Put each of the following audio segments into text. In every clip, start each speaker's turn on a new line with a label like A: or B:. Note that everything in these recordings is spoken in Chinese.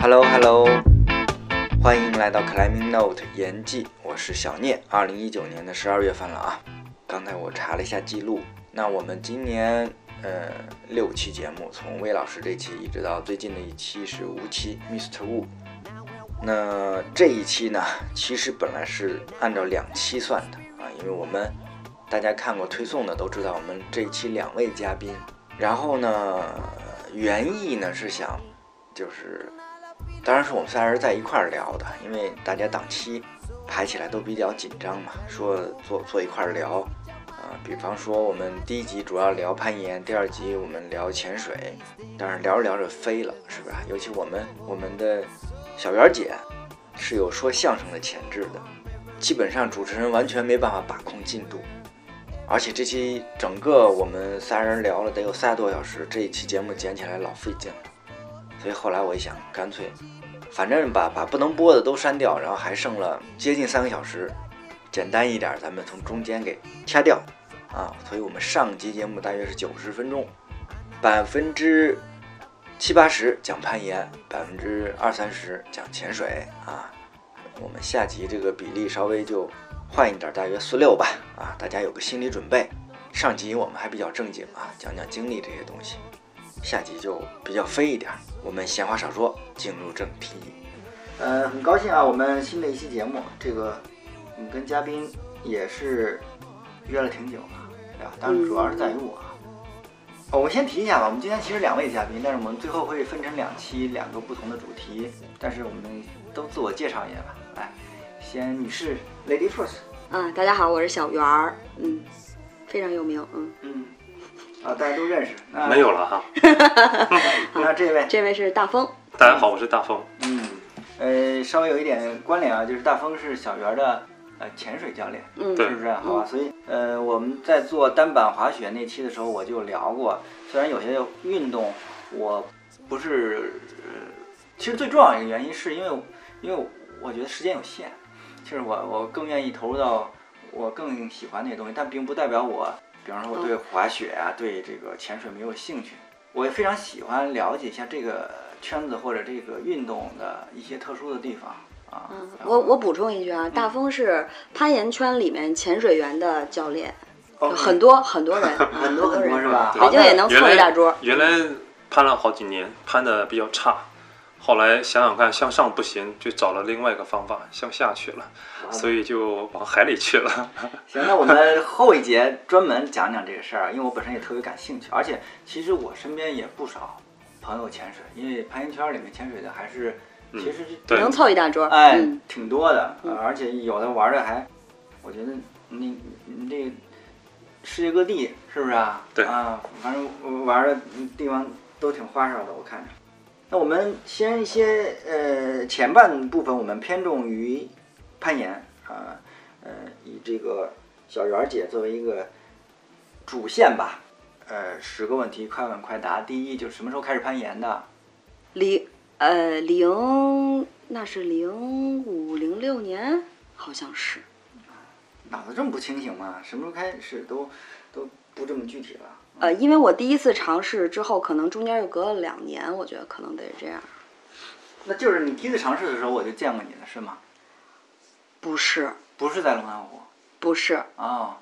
A: Hello Hello，欢迎来到 Climbing Note 研记，我是小聂。二零一九年的十二月份了啊，刚才我查了一下记录，那我们今年呃六期节目，从魏老师这期一直到最近的一期是无期 Mr. Wu。那这一期呢，其实本来是按照两期算的啊，因为我们大家看过推送的都知道，我们这一期两位嘉宾。然后呢，原意呢是想，就是，当然是我们仨人在一块儿聊的，因为大家档期排起来都比较紧张嘛，说坐坐一块儿聊。啊，比方说我们第一集主要聊攀岩，第二集我们聊潜水，但是聊着聊着飞了，是吧？尤其我们我们的小圆儿姐是有说相声的潜质的，基本上主持人完全没办法把控进度。而且这期整个我们仨人聊了得有仨多小时，这一期节目剪起来老费劲了。所以后来我一想，干脆，反正把把不能播的都删掉，然后还剩了接近三个小时，简单一点，咱们从中间给掐掉啊。所以我们上期节目大约是九十分钟，百分之七八十讲攀岩，百分之二三十讲潜水啊。我们下集这个比例稍微就换一点，大约四六吧啊，大家有个心理准备。上集我们还比较正经啊，讲讲经历这些东西，下集就比较飞一点。我们闲话少说，进入正题。呃，很高兴啊，我们新的一期节目，这个我们跟嘉宾也是约了挺久了，对吧？当然主要是在于我啊。哦我们先提一下吧，我们今天其实两位嘉宾，但是我们最后会分成两期，两个不同的主题，但是我们都自我介绍一下吧。来，先女士 Lady First，
B: 嗯，大家好，我是小圆儿，嗯，非常有名，嗯，
A: 嗯，啊，大家都认识。那
C: 没有 了哈。
A: 那这 位，
B: 这位是大风，
C: 大家好，我是大风。
A: 嗯，呃，稍微有一点关联啊，就是大风是小圆的呃潜水教练，
B: 嗯，
C: 对
A: 是不是？好吧，所以呃，我们在做单板滑雪那期的时候，我就聊过，虽然有些运动我不是，呃，其实最重要一个原因是因为因为我觉得时间有限，就是我我更愿意投入到我更喜欢那些东西，但并不代表我，比方说我对
B: 嗯
A: 滑雪啊，对这个潜水没有兴趣。我也非常喜欢了解一下这个圈子或者这个运动的一些特殊的地方啊。
B: 嗯，
A: 然后
B: 我我补充一句
A: 嗯
B: 啊，大风是攀岩圈里面潜水员的教练，
A: 哦
B: 有很多很 多人，啊
A: 很多
B: 很
A: 很多
B: 人
A: 是吧？
B: 北
A: 好
B: 京
A: 那
B: 也能
C: 原
B: 凑
C: 来
B: 一大桌，
C: 原来攀了好几年，攀的比较差。后来想想看，向上不行，就找了另外一个方法，向下去了，所以就往海里去 了。
A: 行，那我们后一节专门讲讲这个事儿，因为我本身也特别感兴趣，而且其实我身边也不少朋友潜水，因为攀岩圈里面潜水的还是其实是、
C: 对
B: 能凑一大桌，
A: 哎、
B: 嗯，
A: 挺多的、呃而且有的玩的还，我觉得你你这世界各地是不是啊？
C: 对
A: 啊，反正玩的地方都挺花哨的，我看着。那我们先一些呃前半部分，我们偏重于攀岩啊，呃，以这个小圆儿姐作为一个主线吧。呃，十个问题快问快答。第一就是什么时候开始攀岩的？
B: 零呃零那是零五零六年，好像是，
A: 脑子这么不清醒吗？什么时候开始都都不这么具体了？
B: 呃，因为我第一次尝试之后，可能中间又隔了两年，我觉得可能得这样，
A: 那就是你第一次尝试的时候我就见过你了，是吗？
B: 不是
A: 不是在龙潭湖
B: 不是，
A: 哦，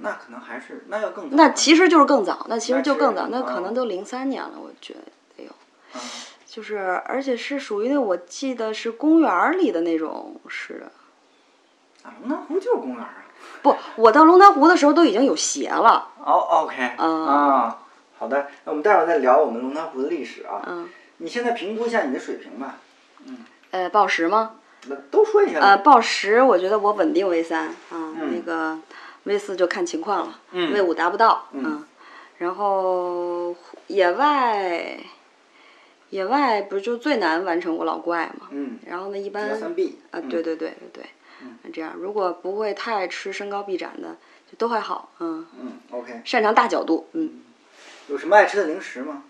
A: 那可能还是那要更早
B: 那其实就是更早，那其
A: 那
B: 实就
A: 其
B: 更
A: 实
B: 早，那可
A: 嗯
B: 能都零三年了，我觉得得有。
A: 嗯
B: 就是，而且是属于那，我记得是公园儿里的那种，是的。
A: 啊，龙潭湖就是公园啊。
B: 不，我到龙潭湖的时候都已经有鞋了，
A: 哦，OK，
B: 嗯
A: 啊，好的，那我们待会儿再聊我们龙潭湖的历史啊。
B: 嗯，
A: 你现在评估一下你的水平吧，
B: 呃，报时吗？
A: 那都说一下吧。
B: 呃，报时，我觉得我稳定 V 三啊，那
A: 嗯
B: 个 V 四就看情况了
A: 嗯
B: ，V 五达不到，
A: 嗯
B: 嗯，然后野外，野外不是就最难完成我老怪嘛，
A: 嗯，
B: 然后呢，一般
A: 幺三 B 嗯
B: 啊，对对对对对，那这样如果不会太吃身高臂展的，就都还好，嗯，
A: 嗯，OK，
B: 擅长大角度，嗯，
A: 有什么爱吃的零食吗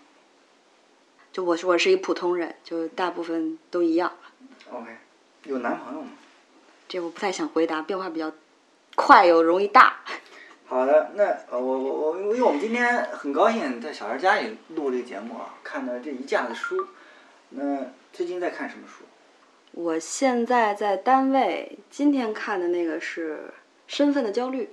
B: 就我是我是一普通人，就大部分都一样，
A: ？OK，有男朋友吗？
B: 这我不太想回答，变化比较快又容易大，
A: 好的，那呃，我我我，因为我们今天很高兴在小孩家里录这个节目啊，看到这一架子书，那最近在看什么书？
B: 我现在在单位，今天看的那个是《身份的焦虑》。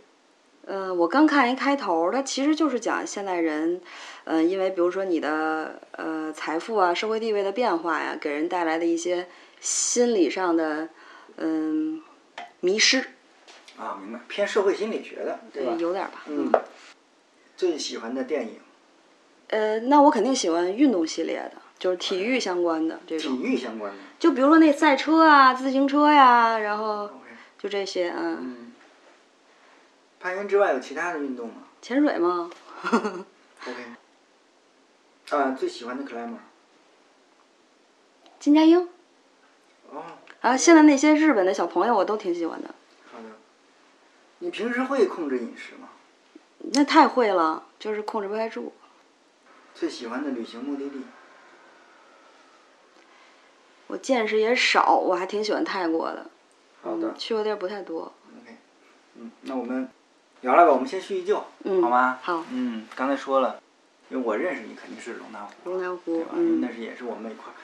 B: 嗯、我刚看一开头，它其实就是讲现代人，嗯、因为比如说你的呃财富啊、社会地位的变化呀，给人带来的一些心理上的嗯迷失，
A: 啊，明白，偏社会心理学的，对吧？
B: 有点儿吧。
A: 嗯。最喜欢的电影，
B: 呃，那我肯定喜欢运动系列的，就是体育相关的这种
A: 体，育相关的。
B: 就比如说那赛车啊、自行车呀、然后
A: OK，
B: 就这些，嗯，
A: 嗯。攀岩之外有其他的运动吗
B: 潜水吗？
A: ？OK。啊，最喜欢的 climber。
B: 金佳英
A: 哦，
B: 啊，现在那些日本的小朋友我都挺喜欢的，
A: 好的。你平时会控制饮食吗？
B: 那太会了，就是控制不太住。
A: 最喜欢的旅行目的地？
B: 我见识也少，我还挺喜欢泰国的，
A: 好的
B: 嗯，去过地儿不太多。
A: OK，嗯，那我们聊来吧，我们先叙叙旧，
B: 嗯
A: 好吗？
B: 好
A: 嗯，刚才说了，因为我认识你肯定是龙南湖，
B: 龙南湖
A: 对吧？
B: 嗯
A: 那是也是我们一块儿，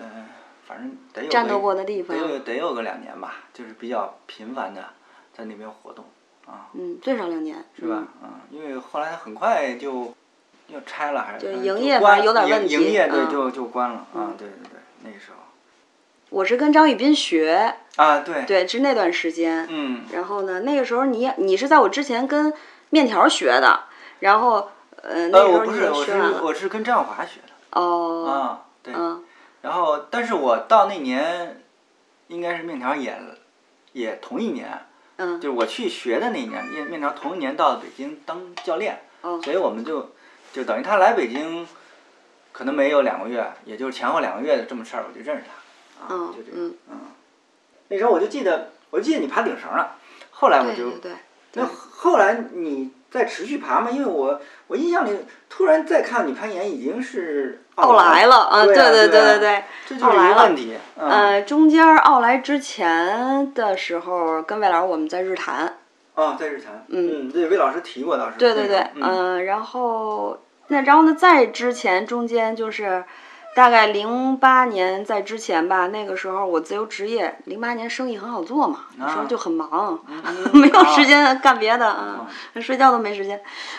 A: 呃，反正得有个
B: 战斗过的地方
A: 得有得有个两年吧，就是比较频繁的在那边活动啊，
B: 嗯，最少两年，
A: 是吧？嗯，因为后来很快就要拆了，还是
B: 就
A: 呃
B: 营业
A: 关
B: 吧有点
A: 营
B: 问题
A: 营业对
B: 嗯
A: 就就关了啊
B: 嗯，
A: 对对对，那个时候
B: 我是跟张宇斌学，
A: 啊，对，
B: 对，是那段时间。
A: 嗯，
B: 然后呢，那个时候你你是在我之前跟面条学的，然后呃，那
A: 呃，我
B: 个时候
A: 不
B: 你
A: 是，
B: 也
A: 我是
B: 学完了。
A: 我是跟张晓华学的
B: 哦，
A: 啊，对。
B: 嗯，
A: 然后，但是我到那年，应该是面条也也同一年，
B: 嗯
A: 就是我去学的那一年，面面条同一年到北京当教练，
B: 哦
A: 所以我们就就等于他来北京，可能没有两个月，也就是前后两个月的这么事儿，我就认识他，啊，
B: 嗯
A: 就这样，
B: 嗯，
A: 嗯，那时候我就记得，我就记得你爬顶绳了，后来我
B: 对
A: 就
B: 对对，
A: 那后来你在持续爬吗？因为我我印象里突然再看你攀岩已经是
B: 奥莱了啊，
A: 对
B: 对
A: 啊
B: 对
A: 对啊
B: 对对。
A: 这就是一个问题。嗯，
B: 哦呃，中间儿奥莱之前的时候，跟魏老师我们在日坛，
A: 哦，在日坛，
B: 嗯
A: 嗯，对，魏老师提过，当时
B: 对对对，
A: 那个嗯，
B: 嗯，然后那然后呢，在之前中间就是大概零八年在之前吧，那个时候我自由职业，零八年生意很好做嘛，那时候
A: 啊
B: 就很忙，
A: 嗯
B: 呃没有时，间干别的啊
A: 啊，
B: 睡觉都没时间。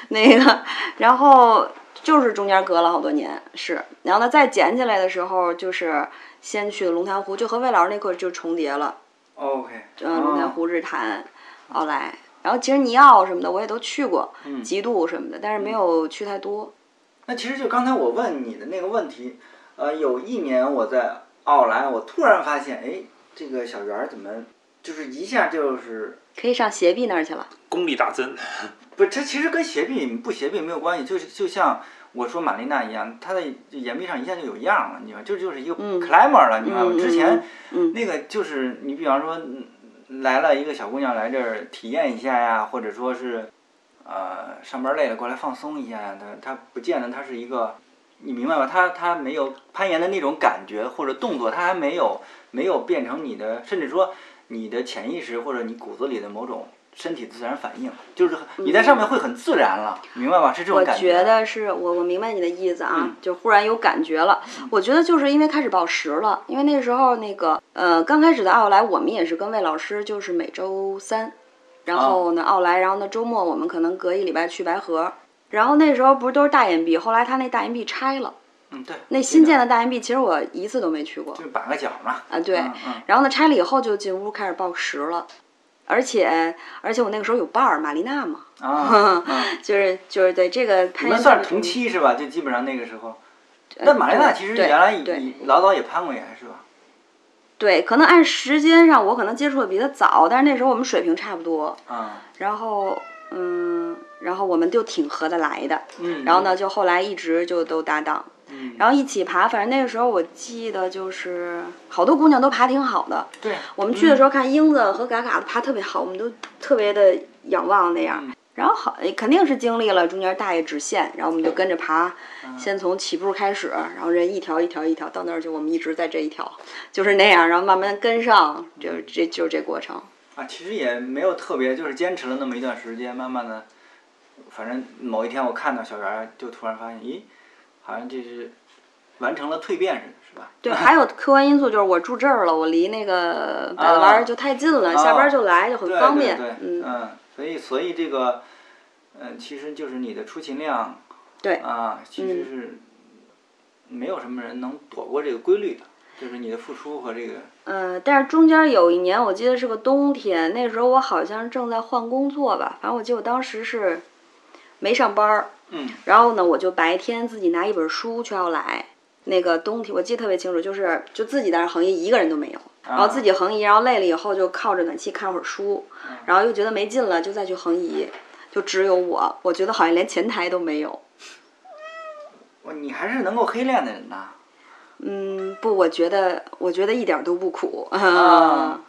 B: 那个，然后就是中间隔了好多年，是。然后呢，再捡起来的时候，就是先去龙潭湖，就和魏老师那块儿就重叠了，
A: OK，啊
B: 嗯，龙
A: 哦
B: 潭湖、日坛、奥莱，然后其实尼奥什么的我也都去过。
A: 嗯，
B: 极度什么的，但是没有去太多。
A: 那其实就刚才我问你的那个问题，呃，有一年我在奥莱，我突然发现，哎，这个小圆儿怎么就是一下就是
B: 可以上斜壁那儿去了。
C: 功力大增，
B: 哎
A: 不是，这其实跟斜壁不斜壁没有关系，就是就像我说玛丽娜一样，她在岩壁上一下就有样了，你知道，这就是一个
B: 嗯
A: climber 了，你知道吗？
B: 嗯
A: 之前
B: 嗯
A: 那个就是你比方说嗯来了一个小姑娘来这儿体验一下呀，或者说是呃上班累了过来放松一下呀，她她不见得她是一个。你明白吧？她她没有攀岩的那种感觉或者动作，她还没有没有变成你的，甚至说你的潜意识或者你骨子里的某种身体自然反应，就是你在上面会很自然了，明白吧？是这种
B: 嗯我
A: 感
B: 觉得是我我明白你的意思啊，
A: 嗯
B: 就忽然有感觉了。我觉得就是因为开始报时了，因为那时候那个呃刚开始的奥莱，我们也是跟魏老师就是每周三，然后
A: 哦
B: 呢、奥莱，然后呢周末我们可能隔一礼拜去白河。然后那时候不是都是大岩壁，后来他那大岩壁拆了，
A: 嗯，对，
B: 那新建
A: 的
B: 的大岩壁其实我一次都没去过。
A: 就是板个脚嘛，
B: 啊，对
A: 嗯嗯。
B: 然后呢，拆了以后就进屋开始报时了，而且而且我那个时候有伴儿，玛丽娜嘛，
A: 啊，嗯
B: 就是就是对这个
A: 你
B: 攀
A: 们
B: 岩
A: 算
B: 的
A: 是同期是吧？就基本上那个时候，
B: 这种。
A: 那马
B: 丽
A: 丽娜其实原来
B: 呃对对
A: 也老早也攀过岩是吧？
B: 对，可能按时间上我可能接触的比她早，但是那时候我们水平差不多，
A: 啊，
B: 然后嗯，然后我们就挺合得来的，
A: 嗯，
B: 然后呢，就后来一直就都搭档，
A: 嗯，
B: 然后一起爬，反正那个时候我记得就是好多姑娘都爬挺好的，
A: 对，啊
B: 我们去
A: 嗯
B: 的时候看英子和嘎嘎的爬特别好，我们都特别的仰望那
A: 嗯
B: 样。然后好，呃肯定是经历了中间大爷指线，然后我们就跟着爬，
A: 嗯
B: 先从起步开始，然后人一条一条一条到那儿就我们一直在这一条，就是那样，然后慢慢跟上，就是
A: 嗯
B: 这就是这过 程。
A: 啊，其实也没有特别，就是坚持了那么一段时间，慢慢的，反正某一天我看到小圆儿，就突然发现，咦，好像这是完成了蜕变似的，是吧？
B: 对，还有客观因素就是我住这儿了，我离那个百
A: 啊
B: 乐湾就太近了，
A: 啊
B: 下班就来就很
A: 对
B: 方便。
A: 对对
B: 嗯，
A: 所以所以这个，嗯，其实就是你的出勤量，
B: 对嗯
A: 啊，其实是没有什么人能躲过这个规律的，就是你的付出和这个
B: 呃，但是中间有一年，我记得是个冬天，那时候我好像正在换工作吧，反正我记得我当时是没上班儿，
A: 嗯，
B: 然后呢，我就白天自己拿一本书去要来。那个冬天我记得特别清楚，就是就自己在那儿横移，一个人都没有，
A: 啊
B: 然后自己横移，然后累了以后就靠着暖气看会儿书，
A: 嗯
B: 然后又觉得没劲了，就再去横移，就只有我，我觉得好像连前台都没有。
A: 哇哦你还是能够黑练的人呐。
B: 嗯，不，我觉得我觉得一点儿都不苦。
A: 啊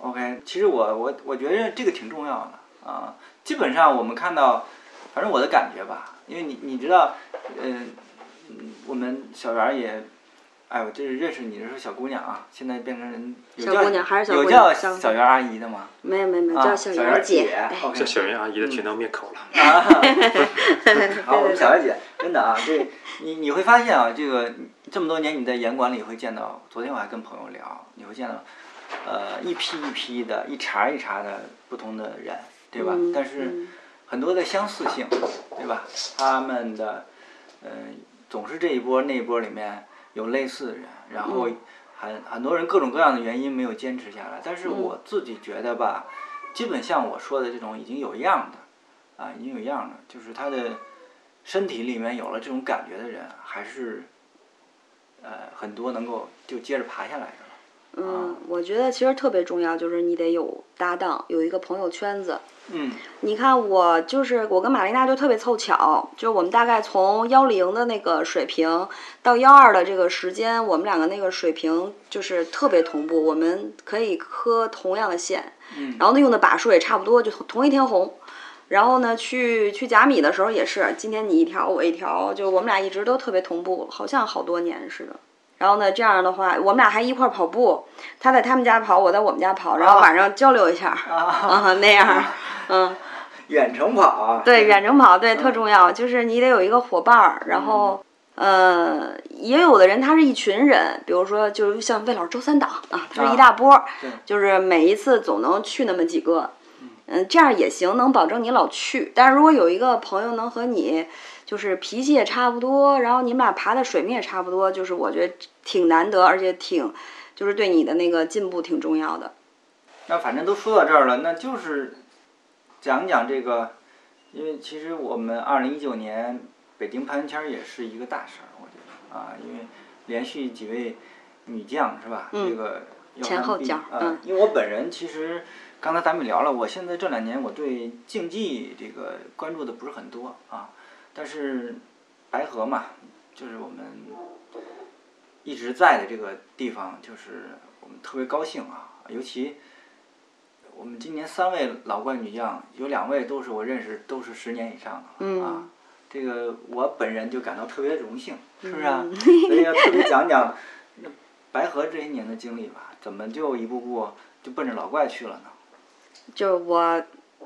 A: OK，其实我我我觉得这个挺重要的啊。基本上我们看到，反正我的感觉吧，因为你你知道，嗯、嗯我们小圆儿也，哎，我这是认识你的时候小姑娘啊，现在变成人有
B: 小
A: 叫
B: 姑娘还是小
A: 有
B: 姑娘
A: 叫
B: 小
A: 小圆儿阿姨的吗？
B: 没有没有没有，
A: 啊，
B: 叫
A: 小
B: 圆
A: 圆儿
B: 姐。
A: 姐
B: 哎
A: ，OK，
C: 这小圆啊阿姨的节能灭口了。
B: 嗯
A: 好，我
B: 对
A: 们
B: 对
A: 小袁姐，真的啊，这你你会发现啊，这个这么多年你在严管里会见到，昨天我还跟朋友聊，你会见到，呃，一批一批的，一茬一茬的不同的人，对吧？
B: 嗯
A: 但是
B: 嗯
A: 很多的相似性，对吧？他们的，嗯、总是这一波那一波里面有类似的人，然后
B: 嗯
A: 很很多人各种各样的原因没有坚持下来，但是
B: 嗯
A: 我自己觉得吧，基本像我说的这种已经有样的。啊，已经有样了，就是他的身体里面有了这种感觉的人，还是呃很多能够就接着爬下来的啊
B: 嗯，我觉得其实特别重要，就是你得有搭档，有一个朋友圈子。
A: 嗯
B: 你看我就是我跟玛丽娜就特别凑巧，就是我们大概从幺零的那个水平到幺二的这个时间，我们两个那个水平就是特别同步，我们可以磕同样的线，
A: 嗯
B: 然后呢用的把数也差不多，就同同一天红。然后呢，去去甲米的时候也是，今天你一条我一条，就我们俩一直都特别同步，好像好多年似的。然后呢，这样的话，我们俩还一块儿跑步，他在他们家跑，我在我们家跑，然后晚上交流一下，
A: 啊，
B: 啊，那样儿，嗯，
A: 远程跑啊，
B: 对，远程跑，对，特重要，就是你得有一个伙伴儿，然后。呃，也有的人他是一群人，比如说就是像魏老师周三党啊，他是一大波儿，
A: 对
B: 就是每一次总能去那么几个，嗯，这样也行，能保证你老去。但是如果有一个朋友能和你就是脾气也差不多，然后你们俩爬的水平也差不多，就是我觉得挺难得，而且挺就是对你的那个进步挺重要的。
A: 那反正都说到这儿了，那就是讲讲这个，因为其实我们二零一九年北京攀圈儿也是一个大事儿，我觉得啊，因为连续几位女将是吧？
B: 嗯
A: 这个要
B: 前后脚
A: 啊、
B: 嗯
A: 因为我本人其实刚才咱们聊了，我现在这两年我对竞技这个关注的不是很多啊，但是白河嘛，就是我们一直在的这个地方，就是我们特别高兴啊，尤其。我们今年三位老冠女将，有两位都是我认识，都是十年以上的了、啊
B: 嗯。
A: 这个我本人就感到特别荣幸，是不是啊？所以要特别讲讲那白河这些年的经历吧，怎么就一步步就奔着老怪去了呢？
B: 就是我，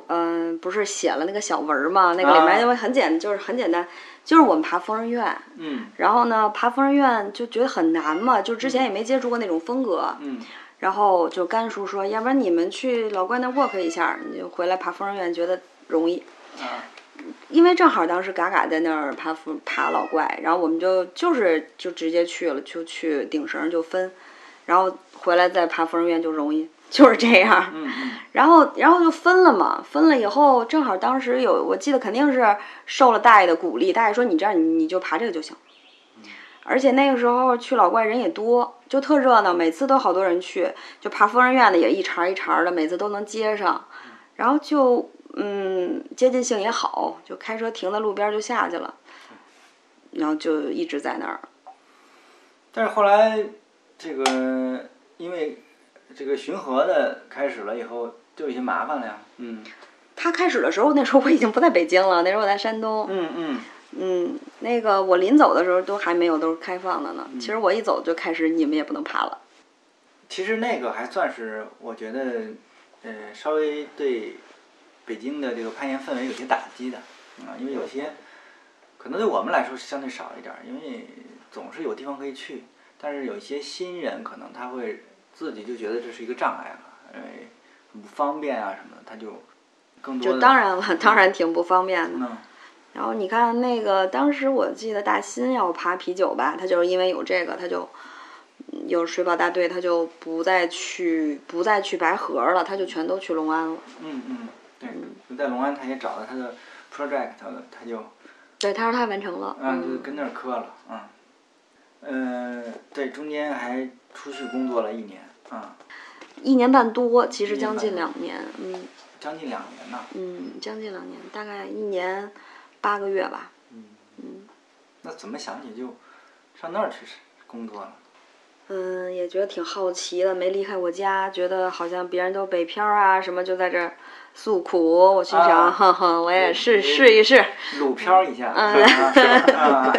B: 嗯、不是写了那个小文儿嘛，那个里面因为很简，就是很简单，就是我们爬疯人院，
A: 嗯
B: 然后呢，爬疯人院就觉得很难嘛，就之前也没接触过那种风格，
A: 嗯
B: 然后就甘叔说，要不然你们去老关那 work 一下，你就回来爬疯人院，觉得容易。
A: 啊
B: 因为正好当时嘎嘎在那儿爬扶爬老怪，然后我们就就是就直接去了，就去顶绳就分，然后回来再爬疯人院就容易，就是这样。
A: 嗯嗯
B: 然后然后就分了嘛，分了以后正好当时有，我记得肯定是受了大爷的鼓励，大爷说你这样你你就爬这个就行。而且那个时候去老怪人也多，就特热闹，每次都好多人去，就爬疯人院的也一茬儿一茬儿的，每次都能接上，然后就嗯接近性也好，就开车停在路边儿就下去了，然后就一直在那儿。
A: 但是后来这个因为这个巡河的开始了以后，就有些麻烦了呀。嗯
B: 他开始的时候，那时候我已经不在北京了，那时候我在山东，
A: 嗯嗯
B: 嗯，那个我临走的时候都还没有，都是开放的
A: 嗯
B: 呢。其实我一走就开始你们也不能爬了。
A: 其实那个还算是，我觉得，呃，稍微对北京的这个攀岩氛围有些打击的，啊、因为有些可能对我们来说是相对少一点儿，因为总是有地方可以去。但是有一些新人可能他会自己就觉得这是一个障碍了，因为很不方便啊什么的，他就更多的
B: 就当然了，当然挺不方便的。
A: 嗯
B: 然后你看那个，当时我记得大新要爬啤酒吧，他就是因为有这个，他就嗯有水保大队，他就不再去不再去白河了，他就全都去龙安了。
A: 嗯嗯，对，就在龙安他也找到他的 project 了，他就
B: 对，他说他完成了。
A: 嗯，就
B: 嗯，
A: 跟那儿磕了，嗯，嗯、对，中间还出去工作了一年，啊、
B: 一年半多，其
A: 一
B: 实
A: 年半
B: 将近
A: 多
B: 两年。嗯
A: 将近两年呢。
B: 嗯，将近两年，大概一年八个月吧。
A: 那怎么想起就上那儿去工作了？
B: 嗯，也觉得挺好奇的，没离开过家，觉得好像别人都北漂啊什么，就在这儿诉苦。我心想，
A: 啊
B: 哼哼，我也试
A: 嗯
B: 试一试。
A: 鲁漂一下，
B: 嗯
A: 啊，啊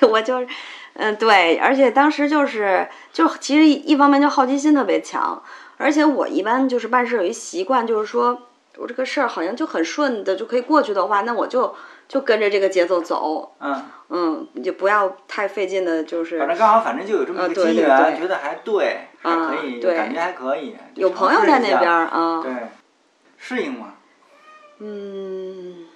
B: 我就是，嗯，对，而且当时就是，就其实一方面就好奇心特别强，而且我一般就是办事有一习惯，就是说我这个事儿好像就很顺的就可以过去的话，那我就就跟着这个节奏走，
A: 嗯，
B: 嗯，也不要太费劲的，就是
A: 反正刚好，反正就有这么一
B: 啊对
A: 个机
B: 对
A: 缘，
B: 对
A: 觉得还对，还
B: 啊
A: 可以，
B: 对
A: 感觉还可以，就
B: 有朋友在那边儿
A: 尝
B: 啊
A: 试一，下对，适应嘛，
B: 嗯，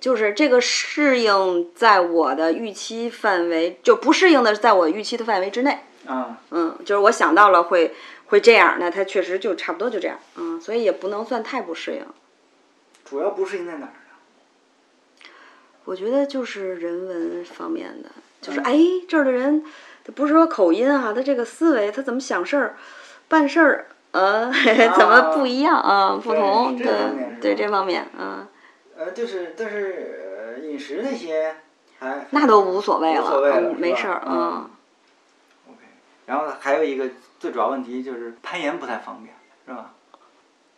B: 就是这个适应在我的预期范围，就不适应的是在我预期的范围之内。
A: 嗯，
B: 嗯，就是我想到了会会这样，那它确实就差不多就这样，嗯，所以也不能算太不适应。
A: 主要不适应在哪儿呢？
B: 我觉得就是人文方面的，就是
A: 嗯
B: 哎这儿的人，他不是说口音哈、他这个思维，他怎么想事儿、办事儿，呃，怎么不一样啊？不
A: 哦对
B: 同，
A: 这
B: 对
A: 方面是
B: 对
A: 吧
B: 这方面，嗯，
A: 呃，就是但是呃，饮食那些还
B: 那都无所谓
A: 无所谓了
B: 嗯
A: 是
B: 没
A: 吧
B: 事儿，
A: 嗯
B: 嗯，
A: OK，然后还有一个最主要问题就是攀岩不太方便，是吧？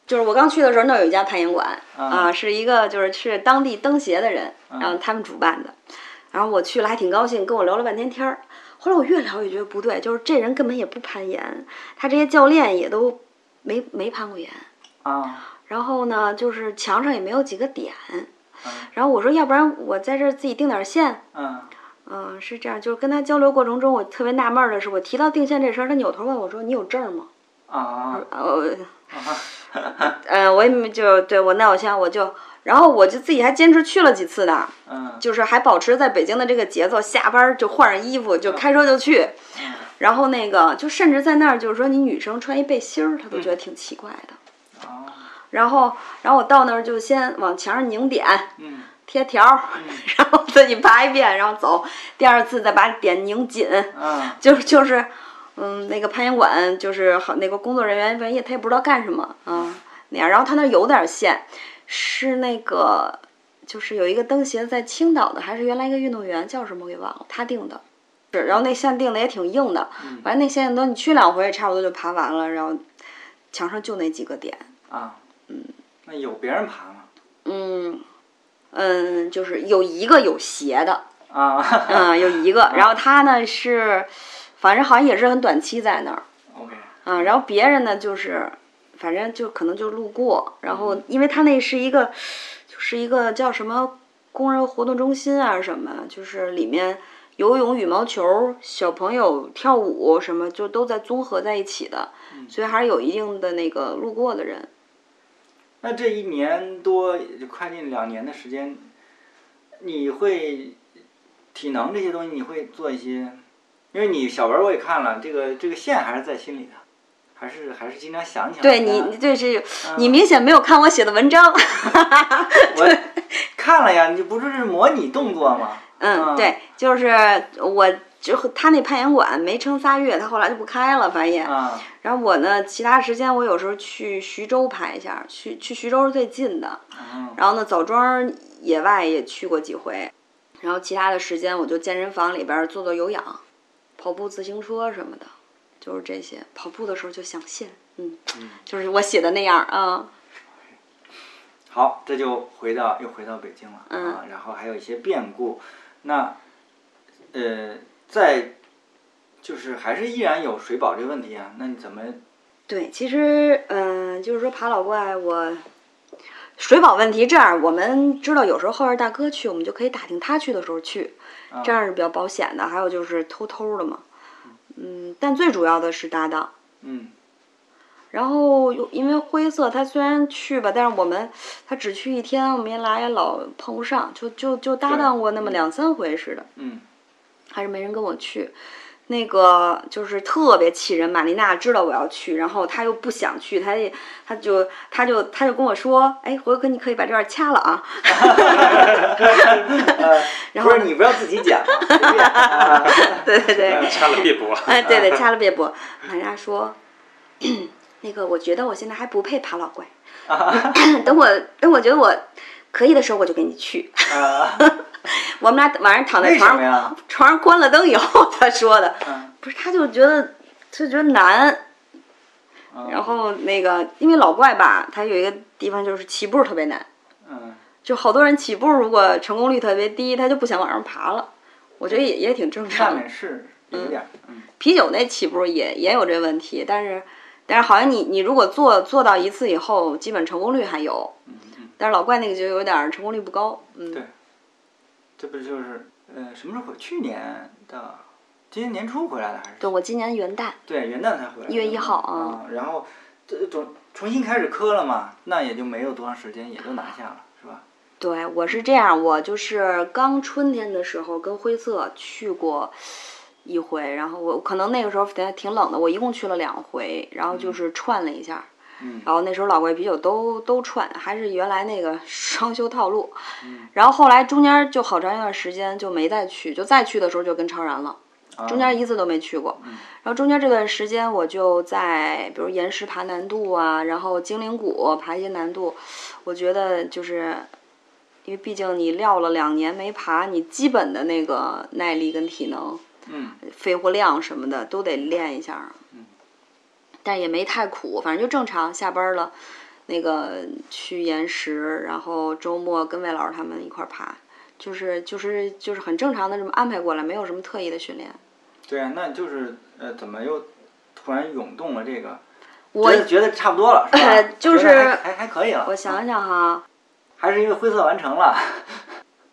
B: 就是我刚去的时候，那儿有一家攀岩馆
A: 嗯
B: 啊，是一个就是是当地登协的人，
A: 嗯
B: 然后他们主办的，然后我去了还挺高兴，跟我聊了半天天儿。后来我越聊越觉得不对，就是这人根本也不攀岩，他这些教练也都没没攀过岩，
A: 啊，
B: 然后呢，就是墙上也没有几个点。
A: 嗯
B: 然后我说，要不然我在这儿自己定点线。
A: 嗯
B: 嗯，是这样，就是跟他交流过程中，我特别纳闷儿的是，我提到定线这事儿，他扭头问我说：“你有证儿吗？”
A: 啊，
B: 呃，呃，我也没就对我那我现在我就，然后我就自己还坚持去了几次的，
A: 嗯，
B: 就是还保持在北京的这个节奏，下班儿就换上衣服就开车就去， 然后那个就甚至在那儿就是说你女生穿一背心儿，她都觉得挺奇怪的。
A: 啊，
B: 然后，然后我到那儿就先往墙上拧点，
A: 嗯
B: 贴条儿， 然后自己爬一遍，然后走。第二次再把点拧紧，
A: 嗯
B: 就是就是，嗯，那个攀岩馆就是好那个工作人员，万一他也不知道干什么，嗯，那样。然后他那儿有点线，是那个就是有一个登协在青岛的，还是原来一个运动员叫什么我给忘了，他定的。是，然后那线定的也挺硬的，反正那线都你去两回也差不多就爬完了，然后墙上就那几个点，
A: 啊，那有别人爬吗？
B: 嗯嗯，就是有一个有斜的，
A: 啊
B: 嗯，有一个，然后他呢是，反正好像也是很短期在那儿，
A: ，OK，
B: 嗯，然后别人呢就是，反正就可能就路过，然后因为他那是一个，就是一个叫什么工人活动中心啊什么，就是里面游泳、羽毛球、小朋友跳舞什么，就都在综合在一起的，所以还是有一定的那个路过的人。
A: 那这一年多就快近两年的时间，你会体能这些东西，你会做一些，因为你小文儿我也看了，这个这个线还是在心里的，还是还是经常想起来。
B: 对你，你对是，你
A: 嗯
B: 明显没有看我写的文章。
A: 我看了呀，你不就是模拟动作 吗？
B: 嗯，对，就是我之后他那攀岩馆没撑仨月，他后来就不开了，反正也。
A: 啊，
B: 然后我呢，其他时间我有时候去徐州拍一下，去去徐州是最近的。
A: 嗯
B: 然后呢，枣庄野外也去过几回，然后其他的时间我就健身房里边做做有氧，跑步、自行车什么的，就是这些。跑步的时候就想线，嗯，就是我写的那样啊。
A: 好，这就回到又回到北京了、
B: 嗯
A: 啊，然后还有一些变故，那呃，在就是还是依然有水保这个问题啊，那你怎么
B: 对，其实嗯、呃就是说爬老怪我。水保问题，这样我们知道，有时候后边大哥去，我们就可以打听他去的时候去，这样是比较保险的。还有就是偷偷的嘛，嗯，但最主要的是搭档。
A: 嗯，
B: 然后有因为灰色他虽然去吧，但是我们他只去一天，我们也俩也老碰不上，就就就搭档过那么两三回似的，
A: 嗯，
B: 还是没人跟我去。那个就是特别气人，玛丽娜知道我要去，然后她又不想去，她也她就她就她就跟我说，哎，回哥你可以把这段掐了啊。然
A: 不
B: 后
A: 是你不要自己剪嘛，随便啊
B: 对对对，
C: 掐了别啊播。
B: 哎，对对，掐了别播。玛丽娜说，那个我觉得我现在还不配爬老怪，
A: 啊
B: 等我等我觉得我可以的时候我就跟你去。
A: 啊，
B: 我们俩晚上躺在
A: 为
B: 床
A: 什么
B: 上，
A: 呀？
B: 床上关了灯以后，她说的，
A: 嗯
B: 不是她就觉得就觉得难。
A: 嗯
B: 然后那个，因为老怪吧，它有一个地方就是起步特别难，
A: 嗯，
B: 就好多人起步如果成功率特别低，他就不想往上爬了。我觉得也也挺正
A: 上
B: 常的。
A: 面是有点儿，嗯
B: 啤酒那起步也也有这问题，但是但是好像你你如果做做到一次以后，基本成功率还有，
A: 嗯嗯，
B: 但是老怪那个就有点儿成功率不高。嗯，
A: 对这不就是呃什么时候回？去年的，今年年初回来的还是？
B: 对我今年元旦，
A: 对，元旦才回来的嘛。
B: 1月1号
A: 啊。
B: 啊
A: 然后这总重新开始磕了嘛，那也就没有多长时间，也就拿下了，是吧？
B: 对我是这样，我就是刚春天的时候跟灰色去过一回，然后我可能那个时候挺挺冷的，我一共去了两回，然后就是串了一下，
A: 嗯
B: 然后那时候老怪啤酒都都串，还是原来那个双休套路，然后后来中间就好长一段时间就没再去，就再去的时候就跟超然了，中间一次都没去过，然后中间这段时间我就在比如岩石爬难度啊，然后精灵谷爬一些难度，我觉得就是。因为毕竟你撂了两年没爬，你基本的那个耐力跟体能、
A: 嗯
B: 肺活量什么的都得练一下。
A: 嗯。
B: 但也没太苦，反正就正常。下班了，那个去岩石，然后周末跟魏老师他们一块儿爬，就是就是就是很正常的这么安排过来，没有什么特意的训练。
A: 对啊，那就是呃，怎么又突然涌动了这个？
B: 我
A: 觉得觉得差不多了，是吧？
B: 就是
A: 觉得还还还可以了。
B: 我想
A: 啊，
B: 想哈，
A: 还是因为灰色完成了。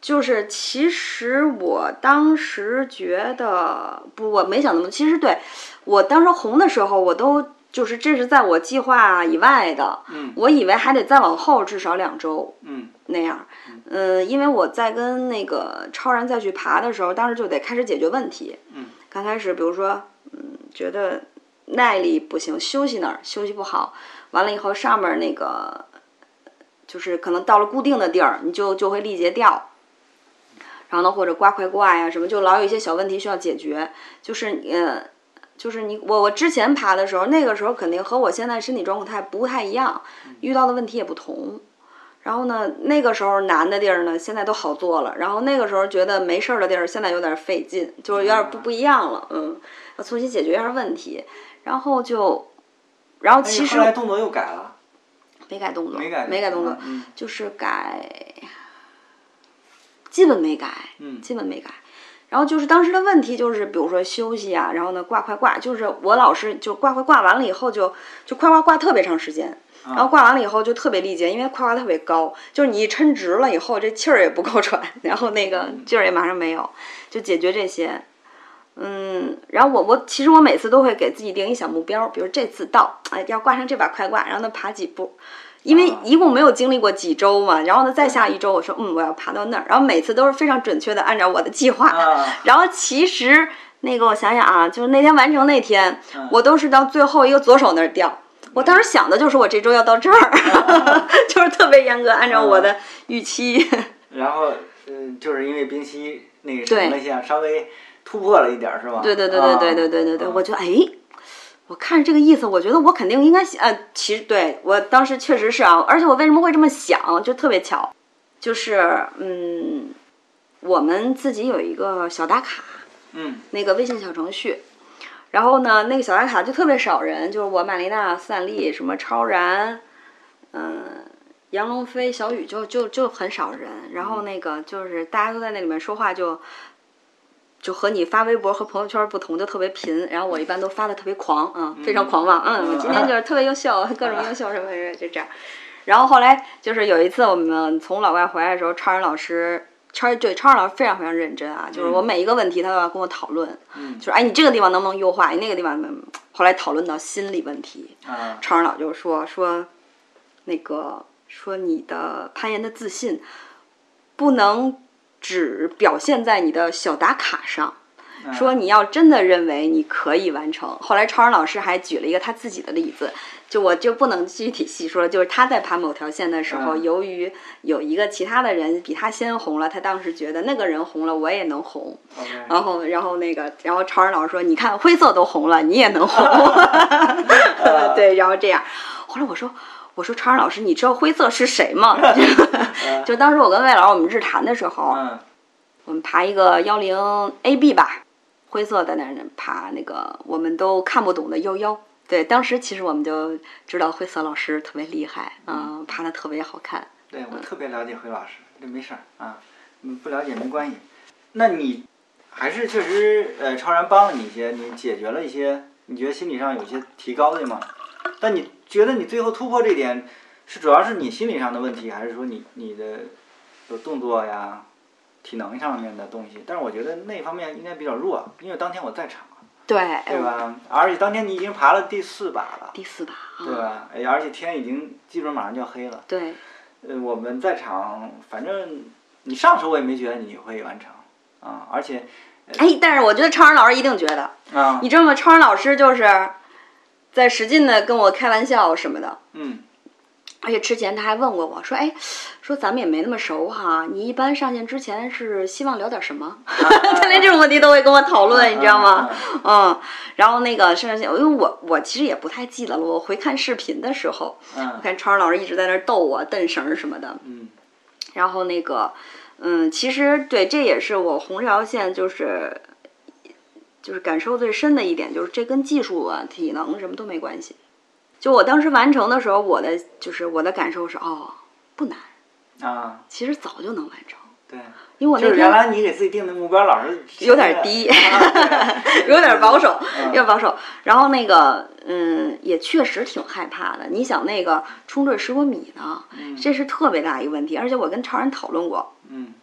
B: 就是其实我当时觉得不，我没想那么多。其实对我当时红的时候，我都就是这是在我计划以外的，
A: 嗯
B: 我以为还得再往后至少两周
A: 嗯
B: 那样。嗯、因为我在跟那个超然再去爬的时候，当时就得开始解决问题。
A: 嗯，
B: 刚开始比如说，嗯，觉得耐力不行，休息那儿休息不好，完了以后上面那个就是可能到了固定的地儿，你就就会力竭掉。然后呢，或者刮快挂呀什么，就老有一些小问题需要解决。就是呃，就是你我我之前爬的时候，那个时候肯定和我现在身体状态不太一样，遇到的问题也不同。然后呢，那个时候难的地儿呢，现在都好做了。然后那个时候觉得没事儿的地儿，现在有点费劲，就是有点不
A: 嗯
B: 不一样了。嗯，要重新解决一下问题。然后就，然后
A: 但
B: 其
A: 是
B: 实
A: 哎后来动作又改了，
B: 没改动作，
A: 没改
B: 没改动作，
A: 嗯
B: 就是改，基本没改，
A: 嗯
B: 基本没改。然后就是当时的问题就是，比如说休息啊，然后呢挂快挂，就是我老是就挂快挂完了以后就就快挂挂特别长时间，
A: 啊
B: 然后挂完了以后就特别力竭，因为快挂特别高，就是你一抻直了以后这气儿也不够喘， 然后那
A: 嗯
B: 个劲儿也马上没有，就解决这些。嗯，然后我我其实我每次都会给自己定一小目标，比如这次到哎要挂上这把快挂，然后呢爬几步，因为
A: 啊
B: 一共没有经历过几周嘛，然后呢再下一周我说嗯我要爬到那儿，然后每次都是非常准确的按照我的计划，
A: 啊，
B: 然后其实那个我想想啊，就是那天完成那天，
A: 嗯
B: 我都是到最后一个左手那儿掉。我当时想的就是我这周要到这儿，就是特别严格，按照我的预期。
A: 然后嗯，就是因为冰溪那个什
B: 对
A: 么了一下，啊稍微突破了一点儿，是吧？啊
B: 对对对对对对对对对，我觉得哎，我看这个意思，我觉得我肯定应该想，呃，其实对我当时确实是啊，而且我为什么会这么想，就特别巧，就是嗯，我们自己有一个小打卡，
A: 嗯
B: 那个微信小程序。然后呢，那个小打卡就特别少人，就是我、玛丽娜、斯坦利、什么超然，嗯、杨龙飞、小雨就就就很少人。然后那个就是大家都在那里面说话就，就和你发微博和朋友圈不同，就特别贫。然后我一般都发的特别狂，嗯，非常狂妄，嗯，我今天就是特别优秀，各种优秀什么什么就这样。然后后来就是有一次我们从老外回来的时候，超人老师。超人对超人老师非常非常认真啊，就是我每一个问题他都要跟我讨论，
A: 嗯
B: 就是哎你这个地方能不能优化，你哎那个地方能不能后来讨论到心理问题，
A: 啊，
B: 超人老就说说那个说你的攀岩的自信不能只表现在你的小打卡上，说你要真的认为你可以完成。后来超人老师还举了一个他自己的例子，就我就不能具体细说了，就是他在爬某条线的时候，
A: 嗯
B: 由于有一个其他的人比他先红了，他当时觉得那个人红了，我也能红。
A: 嗯 OK
B: 然后，然后那个，然后超人老师说：“你看灰色都红了，你也能红。
A: 啊”
B: 对，然后这样。后来我说：“我说超人老师，你知道灰色是谁吗？” 就当时我跟魏老师我们日谈的时候，
A: 嗯
B: 我们爬一个幺零 AB 吧，灰色在那儿爬那个我们都看不懂的幺幺。对，当时其实我们就知道灰色老师特别厉害，嗯，爬的特别好看。
A: 对我特别了解回老师，这没事儿啊，你不了解没关系。那你还是确实呃，超然帮了你一些，你解决了一些，你觉得心理上有些提高对吗？但你觉得你最后突破这点，是主要是你心理上的问题，还是说你你的有动作呀、体能上面的东西？但是我觉得那方面应该比较弱，因为当天我在场，
B: 对，哎
A: 对吧？而且当天你已经爬了第四把了，
B: 第四把，
A: 对
B: 啊，
A: 吧？哎，而且天已经基本马上就要黑了。
B: 对，
A: 呃，我们在场，反正你上手我也没觉得你会完成啊，而且
B: 哎，但是我觉得超人老师一定觉得，
A: 啊，
B: 你知道吗？超人老师就是在使劲的跟我开玩笑什么的，
A: 嗯，
B: 而且之前他还问过我说：“哎，说咱们也没那么熟哈，你一般上线之前是希望聊点什么？”
A: 啊
B: 他连这种问题都会跟我讨论，你知道吗？嗯，然后那个甚至因为我我其实也不太记得了，我回看视频的时候，我
A: 嗯
B: 看超人老师一直在那儿逗我、蹬绳儿什么的。
A: 嗯
B: 然后那个，嗯，其实对，这也是我红这条线就是就是感受最深的一点，就是这跟技术啊、体能什么都没关系。就我当时完成的时候，我的就是我的感受是，哦，不难，
A: 嗯啊，
B: 其实早就能完成，
A: 对，
B: 因为我
A: 就
B: 那
A: 是原
B: 天
A: 来你给自己定的目标老是
B: 有点低
A: 啊
B: 有点保守。
A: 对
B: 要保守。然后那个，嗯，也确实挺害怕的。你想那个冲坠十五米呢，
A: 嗯
B: 这是特别大一个问题。而且我跟常人讨论过，
A: 嗯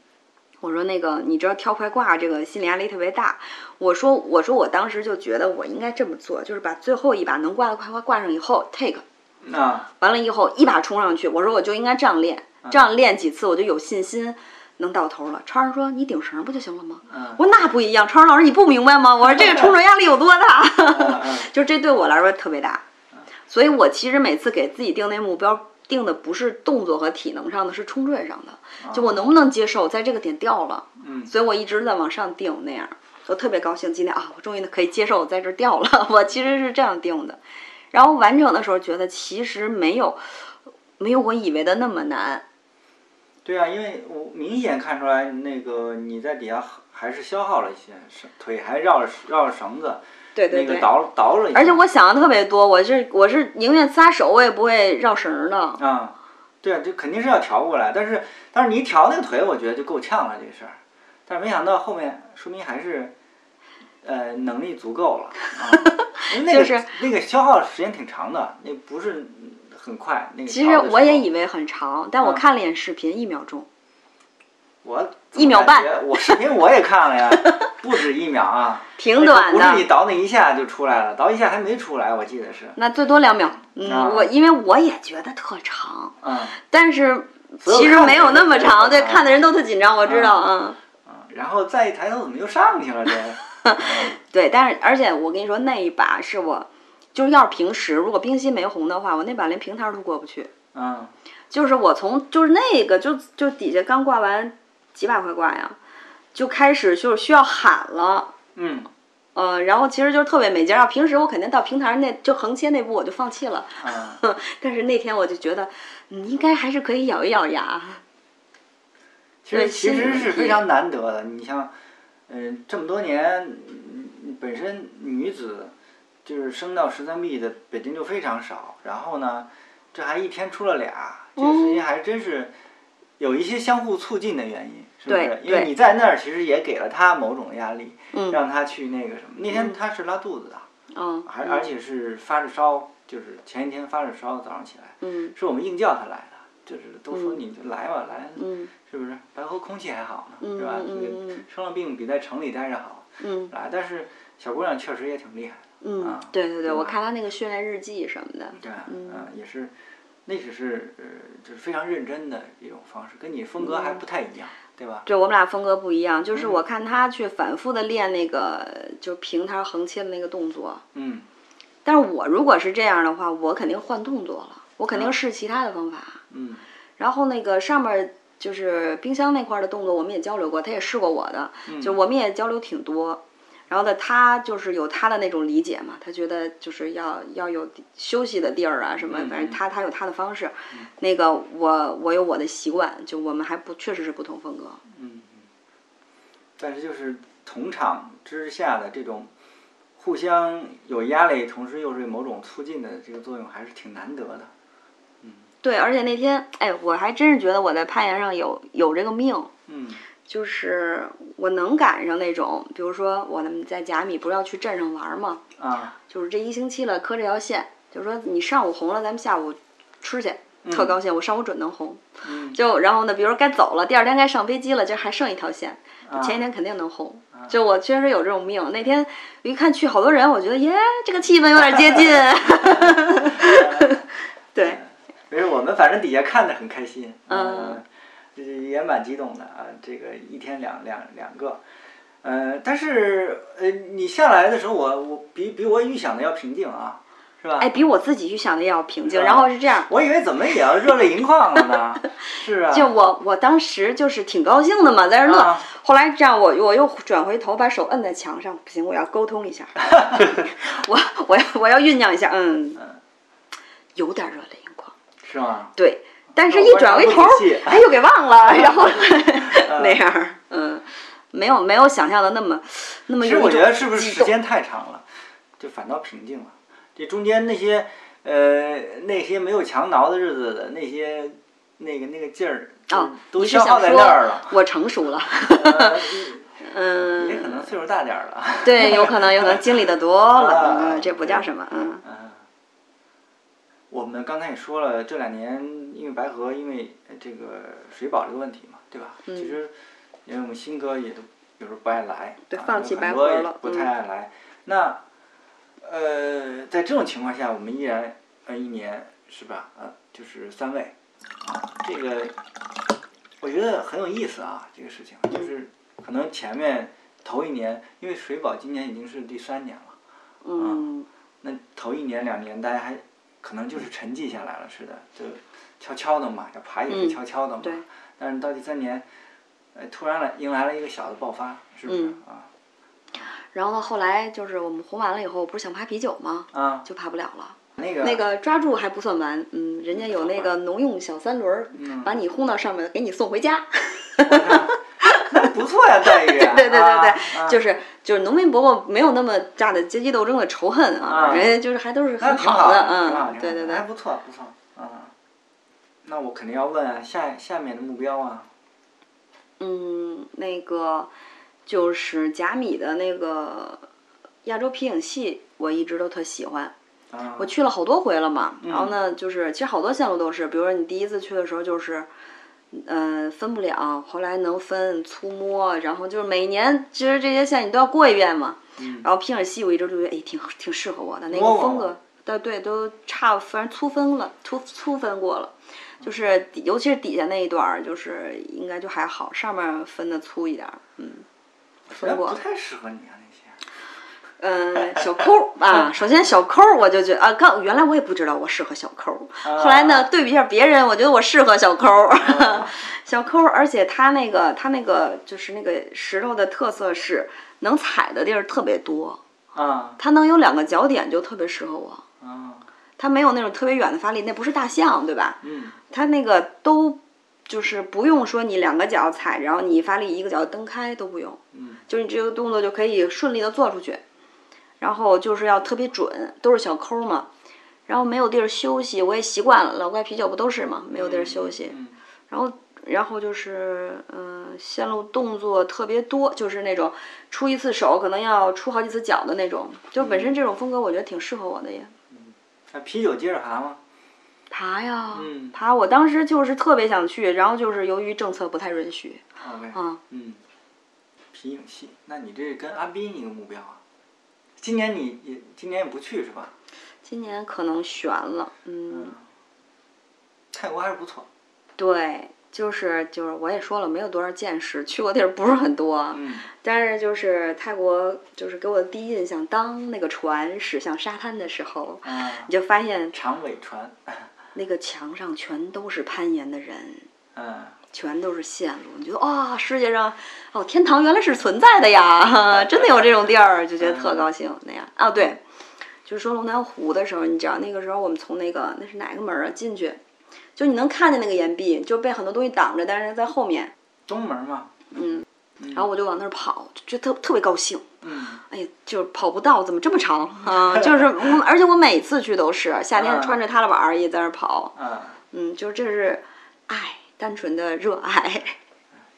B: 我说那个，你知道跳快挂这个心理压力特别大。我说，我说我当时就觉得我应该这么做，就是把最后一把能挂的快挂挂上以后，take
A: 嗯啊
B: 完了以后一把冲上去。我说我就应该这样练，这样练几次我就有信心。能到头了，超人说：“你顶绳不就行了吗？”
A: 嗯
B: 我说：“那不一样，超人老师你不明白吗？”我说：“这个冲水压力有多大？”
A: 嗯
B: 就这对我来说特别大，所以我其实每次给自己定那目标，定的不是动作和体能上的，是冲坠上的，就我能不能接受在这个点掉了，
A: 嗯
B: 所以我一直在往上定那样，我特别高兴，今天啊，我终于可以接受我在这儿掉了， 我其实是这样定的，然后完成的时候觉得其实没有没有我以为的那么难，
A: 对啊，因为我明显看出来那个你在底下还是消耗了一些，是腿还绕着绕着绳子，
B: 对对
A: 那
B: 对
A: 个。倒倒了一下，
B: 而且我想的特别多，我是我是宁愿撒手，我也不会绕绳儿的。
A: 啊，对啊，这肯定是要调过来，但是但是你一调那个腿，我觉得就够呛了这个事儿。但是没想到后面，说明还是，呃，能力足够了啊。因为那个、
B: 就是
A: 那个消耗时间挺长的，那不是很快。那个
B: 其实
A: 调的时
B: 我也
A: 候
B: 以为很长，但我
A: 嗯
B: 看了一眼视频，一秒钟。
A: 我怎
B: 一
A: 么
B: 秒
A: 感
B: 半
A: 觉我视频我也看了呀， 不止一秒啊，
B: 挺
A: 那个
B: 短
A: 不是你
B: 的，
A: 倒那一下就出来了，倒一下还没出来，我记得是，
B: 那最多两秒。嗯，
A: 啊
B: 我因为我也觉得特长，
A: 嗯
B: 但是
A: 所以我
B: 其实
A: 看
B: 没
A: 了
B: 有那么
A: 觉得
B: 长。对，
A: 啊
B: 看的人都特紧张，我知道啊、
A: 嗯，然后再一抬头，怎么又上去了这？
B: 嗯对，但是而且我跟你说，那一把是我，就是要是平时如果冰心没红的话，我那把连平摊儿都过不去。
A: 嗯
B: 就是我从就是那个就就底下刚挂完几百块挂呀，就开始就是需要喊了。
A: 嗯
B: 呃，然后其实就特别没劲儿。要平时我肯定到平台上那就横切那步我就放弃了，
A: 嗯。
B: 但是那天我就觉得，嗯，应该还是可以咬一咬牙。
A: 其
B: 对
A: 实其
B: 心理
A: 实
B: 问
A: 是非
B: 题
A: 常难得的。你像，嗯、这么多年，嗯本身女子就是升到十三 B 的北京就非常少，然后呢，这还一天出了俩，这
B: 嗯
A: 个事情还真是有一些相互促进的原因，是不
B: 对
A: 是？因为
B: 对
A: 你在那儿，其实也给了她某种压力，
B: 嗯
A: 让她去那个什么。那天她是拉肚子的，
B: 嗯，
A: 而而且是发着烧，就是前一天发着烧，早上起来
B: 嗯
A: 是我们硬叫她来的。就是都说你就来吧，来，
B: 嗯
A: 是不是？白河空气还好呢，
B: 嗯
A: 是吧？这
B: 嗯
A: 个
B: 嗯
A: 生了病比在城里待着好。
B: 嗯
A: 啊，但是小姑娘确实也挺厉害的。
B: 嗯
A: 啊，
B: 对对对，
A: 对吧
B: 我看他那个训练日记什么的，
A: 对，
B: 嗯
A: 啊，也是，那只是呃，就是非常认真的一种方式，跟你风
B: 嗯
A: 格还不太一样，对吧？
B: 对我们俩风格不一样，就是
A: 嗯
B: 我看他去反复的练那个就是平摊横切的那个动作，
A: 嗯，
B: 但是我如果是这样的话，我肯定换动作了，我肯定试其他的方法。
A: 嗯，
B: 然后那个上面就是冰箱那块儿的动作，我们也交流过，他也试过我的，
A: 嗯
B: 就我们也交流挺多。然后呢，他就是有他的那种理解嘛，他觉得就是要要有休息的地儿啊什么，
A: 嗯嗯嗯
B: 反正他他有他的方式。那个我我有我的习惯，就我们还不确实是不同风格。
A: 嗯，嗯但是就是同场之下的这种互相有压力，同时又是某种促进的这个作用，还是挺难得的。
B: 对，而且那天哎，我还真是觉得我在攀岩上有有这个命，
A: 嗯
B: 就是我能赶上那种，比如说我们在甲米不是要去镇上玩儿嘛，
A: 啊，
B: 就是这一星期了，磕这条线，就是说你上午红了，咱们下午吃去，特高兴，我上午准能红。
A: 嗯
B: 就然后呢，比如说该走了，第二天该上飞机了，就还剩一条线，
A: 啊
B: 前一天肯定能红。就我确实有这种命，那天一看去好多人，我觉得耶，这个气氛有点接 近。对，
A: 没事，我们反正底下看着很开心，
B: 嗯
A: 呃，这也蛮激动的啊。这个一天两两两个，呃，但是呃，你下来的时候我，我比比我预想的要平静啊，是吧？
B: 哎，比我自己预想的要平
A: 是
B: 静。
A: 吧
B: 然后是这样，
A: 我以为怎么也要热泪盈眶了呢， 是啊，
B: 就我我当时就是挺高兴的嘛，在这儿乐。
A: 啊
B: 后来这样我，我又转回头，把手摁在墙上，不行，我要沟通一下， 我我要我要酝酿一下，嗯，有点热泪盈眶，
A: 是吗？
B: 对。但是，
A: 那
B: 一
A: 哦我
B: 转回头
A: 不仔细，
B: 哎，又给忘了，然后那样儿，嗯，没有没有想象的那么那么
A: 其
B: 有
A: 实
B: 一
A: 我
B: 种
A: 觉得是不是
B: 激
A: 时
B: 动
A: 间太长了，就反倒平静了。这中间那些呃那些没有强挠的日子的那些那个那个劲儿
B: 哦
A: 都
B: 你是
A: 消耗
B: 想
A: 在
B: 说
A: 那儿了。
B: 我成熟了，
A: 呃也可
B: 嗯，
A: 能岁数大点儿了。
B: 对，有可能有可能经历的多了，
A: 啊
B: 嗯，这不叫什么，嗯
A: 嗯，我们刚才也说了，这两年因为白河因为呃这个水保这个问题嘛，对吧？其实因为我们新哥也都有时候不爱来，
B: 嗯对
A: 啊
B: 放弃
A: 有很
B: 白
A: 多
B: 河
A: 也
B: 了嗯
A: 不太爱来。那呃，在这种情况下，我们依然呃一年是吧？呃，就是三位啊，这个我觉得很有意思啊，这个事情就是可能前面头一年，因为水保今年已经是第三年了。
B: 嗯，
A: 那头一年两年，大家还可能就是沉寂下来了似的，就悄悄的嘛，要爬也是
B: 嗯
A: 悄悄的嘛。
B: 对
A: 但是到第三年，呃，突然来迎来了一个小的爆发，是不是、
B: 嗯
A: 啊？
B: 然后后来就是我们红完了以后，我不是想爬啤酒吗？
A: 啊，
B: 就爬不了了。
A: 那个
B: 那个抓住还不算完，嗯，人家有那个农用小三轮儿，
A: 嗯啊
B: 把你轰到上面，给你送回家。
A: 那不错呀，待遇。对
B: 对对对对，
A: 啊、
B: 就是是就是农民伯伯没有那么大的阶级斗争的仇恨啊，
A: 啊
B: 人家就是还都是
A: 那
B: 很
A: 挺好
B: 的，
A: 挺好
B: 嗯，
A: 挺好
B: 对对对
A: 还。不错不错，啊。那我肯定要问啊，下下面的目标啊，
B: 嗯，那个就是贾米的那个亚洲皮影戏，我一直都特喜欢。
A: 啊，
B: 我去了好多回了嘛，
A: 嗯
B: 然后呢，就是其实好多线路都是，比如说你第一次去的时候就是，呃，分不了，后来能分粗摸，然后就是每年其实这些线你都要过一遍嘛。然后皮尔西我一直就觉得哎挺挺适合我的那
A: 嗯
B: 个
A: 摸过
B: 风
A: 吗
B: 格，对对都差反正粗分了，粗粗分过了。
A: 嗯
B: 就是底尤其是底下那一段儿，就是应该就还好，上面分的粗一点儿，嗯，
A: 我觉
B: 分
A: 得哎不
B: 过。
A: 太适合你啊那些。
B: 嗯，小抠儿啊，首先小抠儿我就觉得啊，刚原来我也不知道我适合小抠儿，后来呢对比一下别人，我觉得我适合小抠儿，
A: 啊
B: 小抠儿，而且它那个它那个就是那个石头的特色是能踩的地儿特别多，
A: 啊
B: 它能有两个脚点就特别适合我，
A: 啊
B: 它没有那种特别远的发力，那不是大象对吧？
A: 嗯
B: 它那个都就是不用说你两个脚踩，然后你发力一个脚蹬开都不用，
A: 嗯
B: 就是你这个动作就可以顺利的做出去，然后就是要特别准，都是小抠儿嘛，然后没有地儿休息，我也习惯了，老怪啤酒不都是嘛，没有地儿 休息，
A: 嗯
B: 然后然后就是嗯、呃线路动作特别多，就是那种出一次手可能要出好几次脚
A: 嗯
B: 的那种，就本身这种风格我觉得挺适合我的也。
A: 那啤酒接着爬吗？
B: 爬呀，
A: 嗯
B: 爬。我当时就是特别想去，然后就是由于政策不太允许，
A: ，OK，
B: 嗯，
A: 嗯，皮影戏，那你这跟阿斌一个目标啊？今年你也今年也不去是吧？
B: 今年可能悬了，嗯，
A: 嗯，泰国还是不错。
B: 对，就是就是我也说了，没有多少见识，去过地儿不是很多，啊
A: 嗯
B: 但是就是泰国，就是给我的第一印象，当那个船驶向沙滩的时候，
A: 啊，
B: 你就发现
A: 长尾船，
B: 那个墙上全都是攀岩的人，
A: 嗯，
B: 全都是线路，你觉得哇、世界上哦，天堂原来是存在的呀， 真的有这种地儿，就觉得特高兴那样。啊，对，就是说龙潭湖的时候，你知道那个时候我们从那个那是哪个门儿啊进去，就你能看见那个岩壁，就被很多东西挡着，但是在后面，
A: 东门嘛。
B: 嗯，
A: 嗯
B: 然后我就往那儿跑，就特特别高兴。
A: 嗯
B: 哎呀，就是跑不到，怎么这么长 啊？就是我，而且我每次去都是夏天
A: 嗯
B: 穿着踏拉板儿也在那儿跑，
A: 啊，
B: 嗯，就是这是爱，单纯的热爱。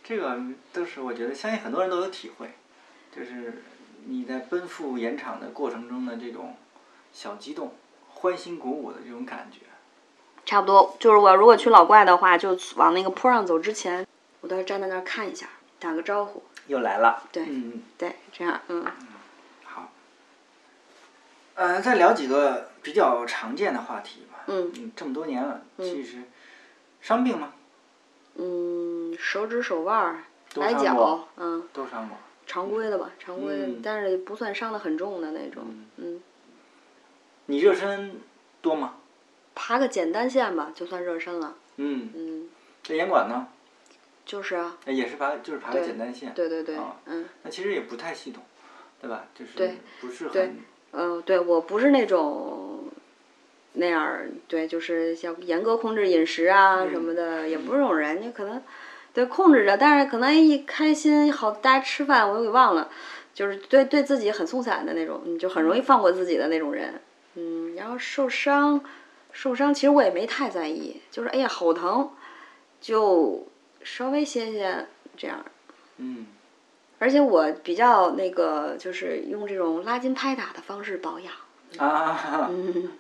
A: 这个都是我觉得相信很多人都有体会，就是你在奔赴盐场的过程中的这种小激动、欢欣鼓舞的这种感觉。
B: 差不多，就是我如果去老怪的话，就往那个坡上走之前，我都要站在那儿看一下，打个招呼，
A: 又来了。
B: 对
A: 嗯，
B: 对，这样，嗯，
A: 好。啊呃，再聊几个比较常见的话题吧。
B: 嗯
A: 这么多年了，
B: 嗯
A: 其实伤病嘛，
B: 嗯，手指、手腕儿、
A: 都
B: 崴
A: 伤过
B: 脚，嗯，
A: 都伤过。
B: 常规的吧，常规的
A: 嗯，
B: 但是也不算伤的很重的那种，嗯，
A: 你热身多吗？
B: 爬个简单线吧，就算热身了，
A: 嗯，
B: 嗯，
A: 这严管呢，
B: 就是啊，
A: 呃也是爬，就是爬个
B: 对
A: 简单线。
B: 对对对
A: 啊，
B: 嗯。
A: 那其实也不太系统，对吧？就是
B: 对
A: 不是
B: 对
A: 很
B: 嗯，对我不是那种那样儿，对，就是像严格控制饮食啊什么的，也不是这种人，就可能对控制着，但是可能一开心好大家吃饭，我又给忘了，就是对对自己很松散的那种，你就很容易放过自己的那种人。嗯，然后受伤，受伤其实我也没太在意，就是哎呀好疼，就稍微歇歇这样儿。
A: 嗯
B: 而且我比较那个，就是用这种拉筋拍打的方式保养。
A: 啊，
B: 嗯。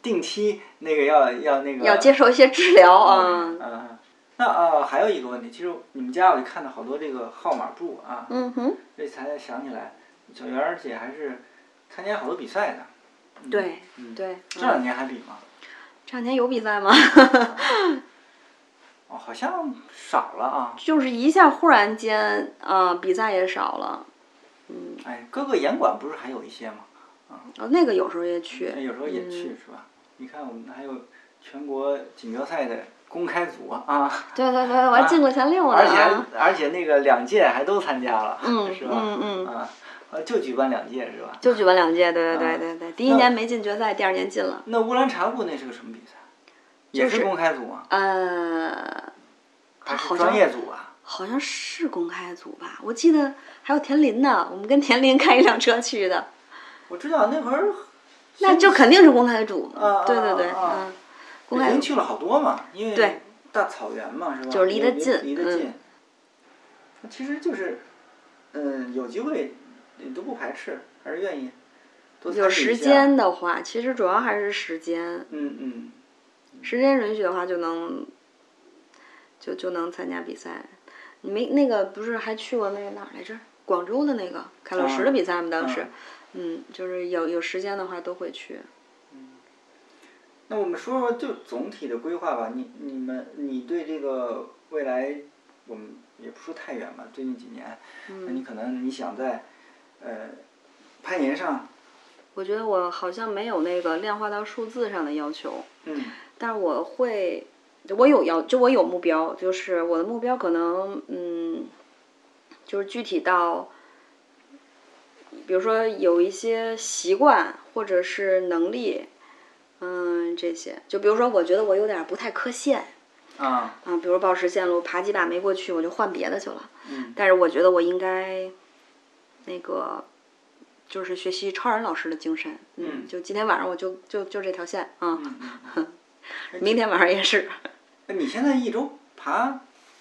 A: 定期那个要要那个
B: 要接受一些治疗啊
A: 嗯。嗯。那呃，还有一个问题，其实你们家我就看到好多这个号码布啊，
B: 嗯哼，
A: 这才想起来，小圆儿姐还是参加好多比赛的。嗯
B: 对，
A: 嗯，
B: 对。
A: 这两
B: 嗯
A: 年还比吗？
B: 这两年有比赛吗？
A: 哦，好像少了啊。
B: 就是一下忽然间，啊，比赛也少了。嗯，
A: 哎，各个严管不是还有一些吗？哎
B: 哦，那个有时候也去
A: 那。有时候也去、
B: 嗯
A: 是吧？你看我们还有全国锦标赛的公开组啊，
B: 对对对，我还进过前六呢
A: 而且
B: 啊。
A: 还而且那个两届还都参加了，
B: 嗯
A: 是吧？
B: 嗯嗯，
A: 啊，呃，就举办两届是吧？
B: 就举办两届，对
A: 啊
B: 对对对对，第一年没进决赛，第二年进了。
A: 那乌兰察布那是个什么比赛？也
B: 就是
A: 是公开组啊，
B: 呃，
A: 还是
B: 好
A: 专
B: 像
A: 业组啊？
B: 好像是公开组吧？我记得还有田林呢，我们跟田林开一辆车去的，
A: 我知道那会儿
B: 那就肯定是公开组
A: 啊啊
B: 嘛。对对对，
A: 啊啊
B: 嗯，公
A: 北
B: 开
A: 京
B: 组。
A: 去了好多嘛，因为
B: 对
A: 大草原嘛，是吧？
B: 就是离得近
A: 离得
B: 嗯
A: 近。其实就是，嗯，有机会你都不排斥，还是愿意多参与
B: 有
A: 一下
B: 时间。的话，其实主要还是时间，
A: 嗯嗯，
B: 时间允许的话就能，就就能参加比赛。你没那个不是还去过那个哪儿来着？广州的那个凯乐石的比赛吗？当时
A: 嗯，
B: 嗯，就是有有时间的话都会去。
A: 那我们说说就总体的规划吧，你你们你对这个未来，我们也不说太远吧，最近几年，那你
B: 嗯，
A: 可能你想在，呃，攀岩上，
B: 我觉得我好像没有那个量化到数字上的要求，
A: 嗯
B: 但是我会，我有要，就我有目标，就是我的目标可能，嗯，就是具体到，比如说有一些习惯或者是能力，嗯，这些，就比如说我觉得我有点儿不太磕线
A: 啊
B: 啊，比如报时线路爬几把没过去，我就换别的去了，
A: 嗯
B: 但是我觉得我应该，那个。就是学习超人老师的精神，
A: 嗯
B: 就今天晚上我就就就这条线啊，
A: 嗯嗯，
B: 明天晚上也是，
A: 那你现在一周爬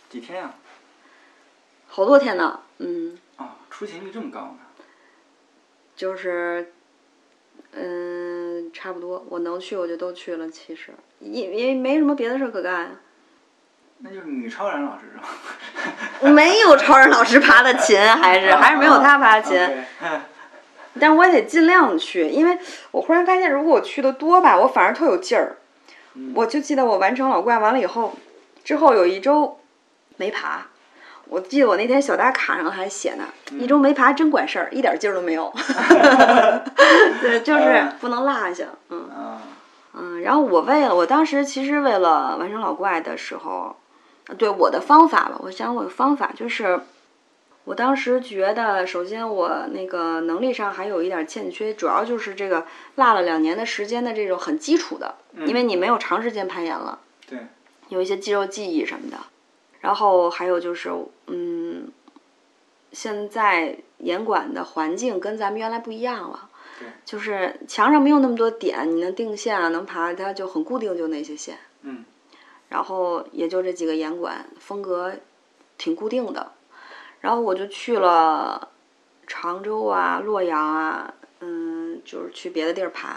A: 几天啊？
B: 好多天呢，嗯，
A: 啊，出勤率这么高呢？
B: 就是，嗯、嗯，差不多，我能去我就都去了。其实也也没什么别的事儿可干、啊
A: 那就是女超然老师是吗？
B: 没有超人老师爬的勤，还是 还是没有他爬 的勤。
A: OK
B: 但是我也得尽量去，因为我忽然发现，如果我去的多吧，我反而特有劲儿。我就记得我完成老怪完了以后，之后有一周没爬。我记得我那天小打卡上还写呢，一周没爬真管事儿，一点劲儿都没有。 对，就是
A: 嗯
B: 不能落下，嗯。
A: 啊，
B: 嗯，然后我为了我当时其实为了完成老怪的时候，呃对我的方法吧，我想我的方法就是，我当时觉得首先我那个能力上还有一点欠缺，主要就是这个落了两年的时间的这种很基础的，因为你没有长时间攀岩了，
A: 嗯对，
B: 有一些肌肉记忆什么的，然后还有就是嗯，现在严管的环境跟咱们原来不一样了。
A: 对
B: 就是墙上没有那么多点，你能定线啊，能爬，它就很固定，就那些线。
A: 嗯。
B: 然后也就这几个严管，风格挺固定的。然后我就去了常州啊、洛阳啊，嗯，就是去别的地儿爬。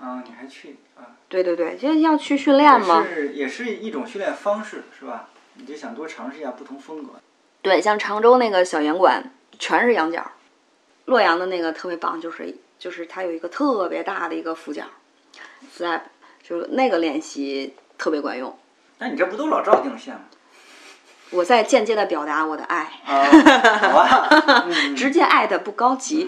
A: 啊，你还去啊？
B: 对对对，就是要去训练嘛
A: 也。是也是一种训练方式，是吧？你就想多尝试一下不同风格。
B: 对，像常州那个小圆管全是羊角儿，洛阳的那个特别棒，就是就是它有一个特别大的一个俯角，slap，就是那个练习特别管用。
A: 那你这不都老照定线吗？
B: 我在间接的表达我的爱，
A: 啊，好吧，嗯，
B: 直接爱的不高级。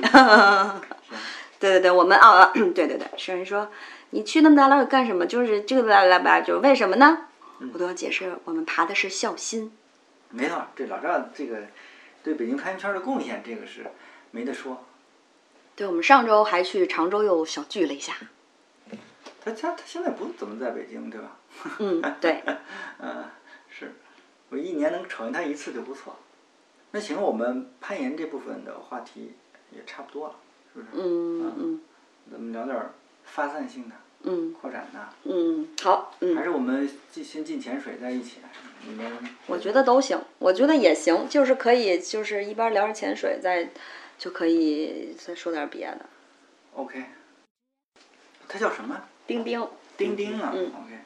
B: 对对对，我们啊，哦对对对，有人说你去那么大老远干什么？就是这个吧啦吧，就是为什么呢？我都要解释，我们爬的是孝心。
A: 没错，这老赵这个对北京攀岩圈的贡献，这个是没得说。
B: 对，我们上周还去常州又小聚了一下。
A: 他他他现在不怎么在北京，对吧？
B: 嗯，对，
A: 嗯，是，我一年能瞅见他一次就不错。那行，我们攀岩这部分的话题也差不多了，是不是？
B: 嗯嗯
A: 咱们聊点儿发散性的、
B: 嗯
A: 扩展的，
B: 嗯，好，嗯
A: 还。是我们进先进潜水在一起？你们
B: 我觉得都行，我觉得也行，就是可以，就是一边聊着潜水，再就可以再说点别的。
A: OK？他叫什么？
B: 丁丁，
A: 丁丁啊、
B: 嗯
A: o k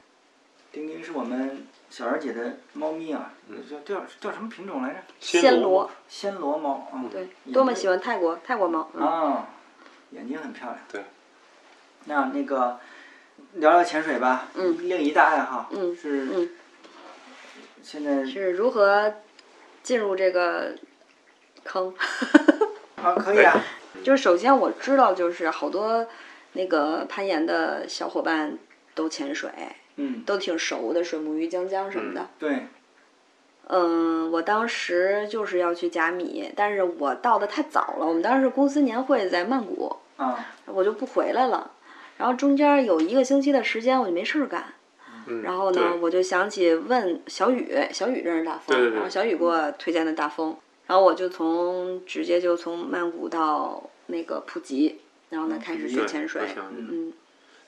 A: 丁丁是我们小儿姐的猫咪啊，叫叫叫什么品种来着？
B: 暹罗，，
A: 暹罗猫啊，
B: 对，
A: 也
B: 多么
A: 是
B: 喜欢泰国泰国猫，嗯
A: 啊，眼睛很漂亮。
C: 对。
A: 那那个聊聊潜水吧。
B: 嗯。
A: 另一大爱好。
B: 嗯
A: 是
B: 嗯，
A: 现在
B: 是如何进入这个坑？
A: 啊，可以啊。
B: 就是首先我知道，就是好多那个攀岩的小伙伴都潜水，
A: 嗯，
B: 都挺熟的，水母鱼、江江什么的。
A: 对，
B: 嗯，我当时就是要去甲米，但是我到的太早了。我们当时公司年会在曼谷，
A: 啊，
B: 我就不回来了。然后中间有一个星期的时间，我就没事儿干。
C: 嗯
B: 然后呢，
C: 对
B: 我就想起问小雨，小雨认识大
C: 对对
B: 风，
C: 对
B: 然后小雨给我推荐的大风，然后我就从直接就从曼谷到那个普吉，然后呢
A: 嗯
B: 开始
A: 普吉
B: 学
C: 对
B: 潜水
C: 我。想
B: 嗯，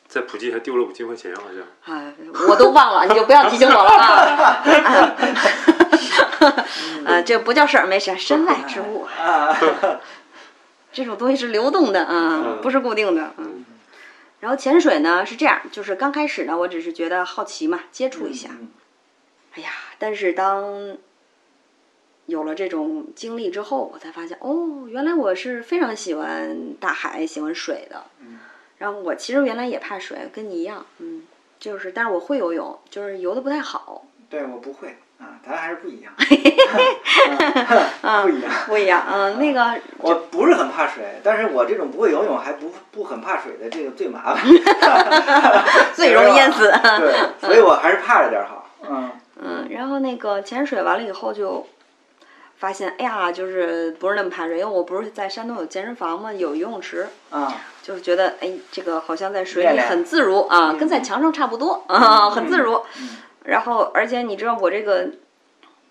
C: 在普吉还丢了五千块钱，好像
B: 哎，我都忘了，你就不要提醒我了啊！啊，这不叫事儿，没事儿，身外之 物，
A: 啊，
B: 这种东西是流动的啊，
C: 嗯
B: 不是固定的。嗯，然后潜水呢是这样，就是刚开始呢，我只是觉得好奇嘛，接触一下。
A: 嗯
B: 哎呀，但是当有了这种经历之后，我才发现哦，原来我是非常喜欢大海、喜欢水的。
A: 嗯
B: 然后我其实原来也怕水，跟你一样，嗯，就是，但是我会游泳，就是游的不太好，
A: 对，我不会啊，咱还是不一样， 不一样。
B: 不一样，嗯，那个
A: 我不是很怕水，但是我这种不会游泳还不不很怕水的，这个最 麻烦，
B: 最容易淹死。
A: 对，所以我还是怕着点儿好。嗯，
B: 嗯，然后那个潜水完了以后就发现，哎呀，就是不是那么怕水，因为我不是在山东有健身房嘛，有游泳池，
A: 啊，
B: 就是觉得哎，这个好像在水
A: 练
B: 里
A: 练
B: 很自如啊，跟在墙上差不多啊，很自如。
A: 嗯
B: 然后，而且你知道我这个。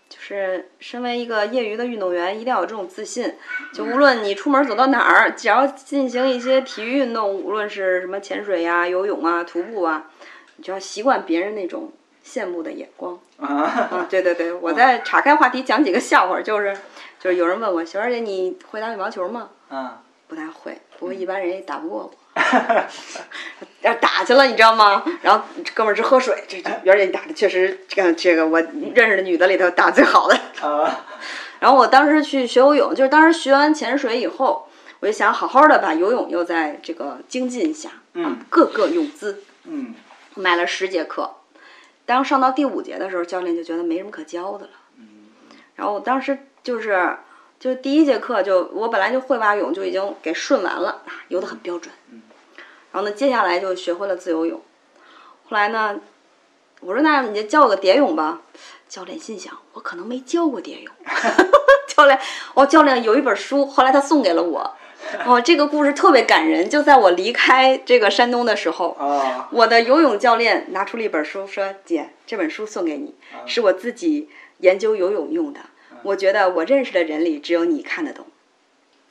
B: 就是身为一个业余的运动员，一定要有这种自信。就无论你出门走到哪儿，只要进行一些体育运动，无论是什么潜水呀、游泳啊、徒步啊，你就要习惯别人那种羡慕的眼光。
A: 啊，
B: 啊，对对对，我再岔开话题讲几个笑话，就是就是有人问我，小二姐你会打羽毛球吗？
A: 啊，
B: 不太会，不过一般人也打不过我。 然后打去了，你知道吗？然后这哥们儿直喝水，这这袁姐你打的确实，这个这个我认识的女的里头打最好的。
A: 啊，
B: 然后我当时去学游泳，就是当时学完潜水以后，我就想好好的把游泳又在这个精进一下，啊
A: 嗯
B: 各个泳姿，
A: 嗯，
B: 买了十节课。当上到第五节的时候，教练就觉得没什么可教的了。然后我当时就是，就是第一节课就我本来就会蛙泳，就已经给顺完了，啊游得很标准。然后呢，接下来就学会了自由泳。后来呢，我说那你就教我个蝶泳吧。教练心想，我可能没教过蝶泳。 教练，哦，教练有一本书，后来他送给了我。哦，这个故事特别感人。就在我离开这个山东的时候，
A: 啊，
B: 我的游泳教练拿出了一本书，说：“姐，这本书送给你，
A: 啊
B: 是我自己研究游泳用的。我觉得我认识的人里，只有你看得懂。”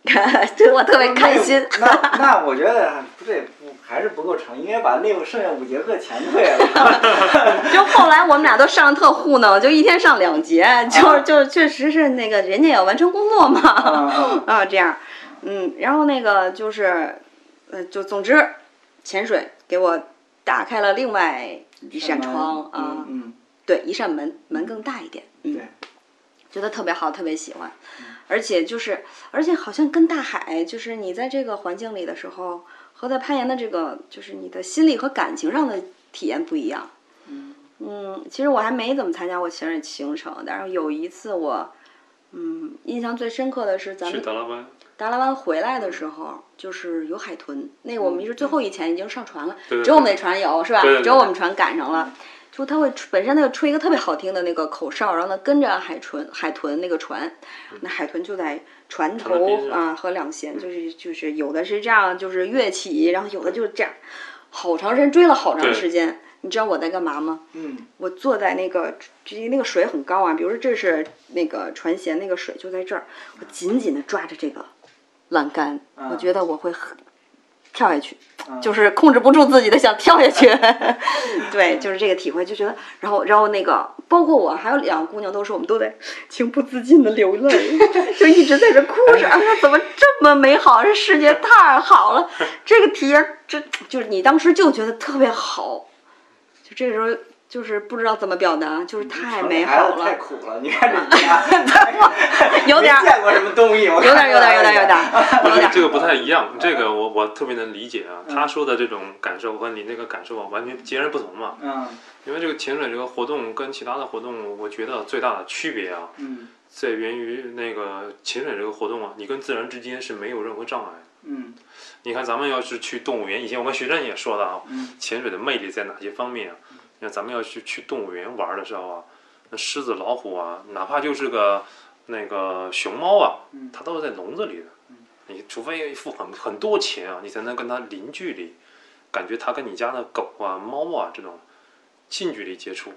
B: 这我特别开心。
A: 那那那我觉得不对，不还是不够长，应该把那剩下五节课全退 了。
B: 就后来我们俩都上得特糊弄，就一天上两节，
A: 啊
B: 就就确实是那个人家也要完成工作嘛，
A: 啊
B: 啊这样，嗯，然后那个就是，呃，就总之，潜水给我打开了另外一扇窗啊。
A: 嗯
B: 对，一扇门，门更大一点。
A: 嗯，
B: 嗯
A: 对，，
B: 觉得特别好，特别喜欢，而且就是，而且好像跟大海，就是你在这个环境里的时候，和在攀岩的这个，就是你的心理和感情上的体验不一样。
A: 嗯
B: 嗯，其实我还没怎么参加过潜水行程，但是有一次我，嗯，印象最深刻的是咱
C: 去
B: 们
C: 达拉湾，
B: 达拉湾回来的时候，就是有海豚，那个我
A: 嗯
B: 们是最后一前已经上船了，
C: 对对
B: 只有我们那船有是吧？
C: 对对对
B: 只有我们船赶上了。就它会吹本身它就吹一个特别好听的那个口哨，然后呢跟着海豚海豚那个船，那海豚就在船
C: 嗯船的
B: 头
C: 边上嗯
B: 啊和两舷，就是就是有的是这样，就是跃起，然后有的就是这样，好长时间追了好长
C: 对
B: 时间。你知道我在干嘛吗？
A: 嗯
B: 我坐在那个这那个水很高啊，比如说这是那个船舷，那个水就在这儿，我紧紧的抓着这个栏杆，我觉得我会很跳下去，就是控制不住自己的想跳下去。对，就是这个体会，就觉得，然后然后那个包括我还有两个姑娘都说，我们都在情不自禁的流泪，就一直在这哭着， 哎呀，怎么这么美好？这世界太好了，这个体验，这就是你当时就觉得特别好，就这时候就是不知道怎么表达，就是太美嗯好哎
A: 太
B: 了，
A: 苦了，你看这 家，
B: 有点儿
A: 没见过什么东西，我
B: 有点儿有点儿有点儿有点儿有点
C: 这
B: 儿，
C: 个不太一
B: 嗯
C: 样，这个我我特别能理解啊。他说的这种感受和你那个感受啊，完全截然不同嘛。
A: 嗯
C: 因为这个潜水这个活动跟其他的活动，我觉得最大的区别啊，
A: 嗯
C: 在源于那个潜水这个活动啊，你跟自然之间是没有任何障碍的。
A: 嗯
C: 你看，咱们要是去动物园，以前我跟徐震也说了啊，
A: 嗯
C: 潜水的魅力在哪些方面啊？你看，咱们要去去动物园玩的时候啊，那狮子、老虎啊，哪怕就是个那个熊猫啊
A: 嗯，
C: 它都是在笼子里的。你除非付很很多钱啊，你才能跟它零距离，感觉它跟你家的狗啊、猫啊这种近距离接触。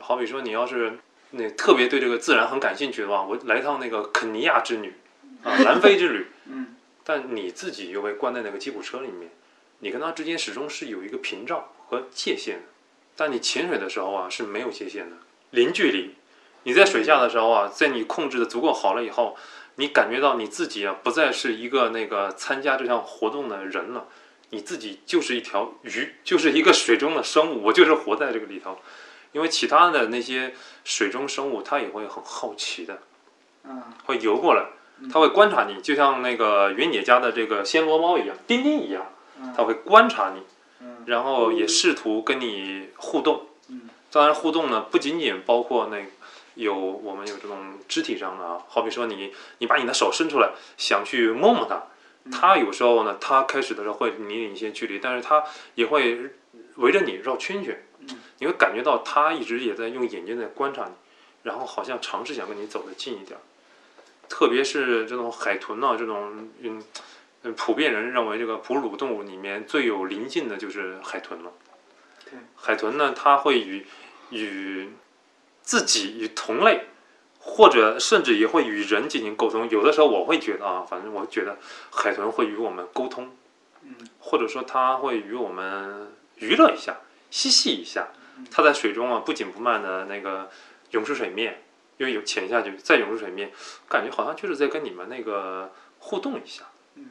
C: 好比说，你要是那特别对这个自然很感兴趣的话，我来一趟那个肯尼亚之旅啊，南非之旅。
A: 嗯
C: 但你自己又被关在那个吉普车里面，你跟他之间始终是有一个屏障和界限的。但你潜水的时候啊是没有界限的，零距离。你在水下的时候啊，在你控制的足够好了以后，你感觉到你自己啊不再是一个那个参加这项活动的人了，你自己就是一条鱼，就是一个水中的生物，我就是活在这个里头。因为其他的那些水中生物，它也会很好奇的，
A: 嗯
C: 会游过来，它会观察你，就像那个原野家的这个暹罗猫一样，丁丁一样，它会观察你，
A: 嗯
C: 然后也试图跟你互动
A: 嗯。
C: 当然，互动呢不仅仅包括那有我们有这种肢体上的啊，好比说你你把你的手伸出来想去摸摸它，
A: 嗯
C: 它有时候呢，它开始的时候会离你一些距离，但是它也会围着你绕圈圈，
A: 嗯
C: 你会感觉到它一直也在用眼睛在观察你，然后好像尝试想跟你走得近一点儿。特别是这种海豚啊，这种嗯，嗯普遍人认为这个哺乳动物里面最有灵性的就是海豚了
A: 对。
C: 海豚呢，它会与与自己与同类，或者甚至也会与人进行沟通。有的时候我会觉得啊，反正我觉得海豚会与我们沟通，或者说它会与我们娱乐一下、嬉戏一下。它在水中啊，不紧不慢的那个涌出水面，因为有潜下去，再涌出水面，感觉好像就是在跟你们那个互动一下。
A: 嗯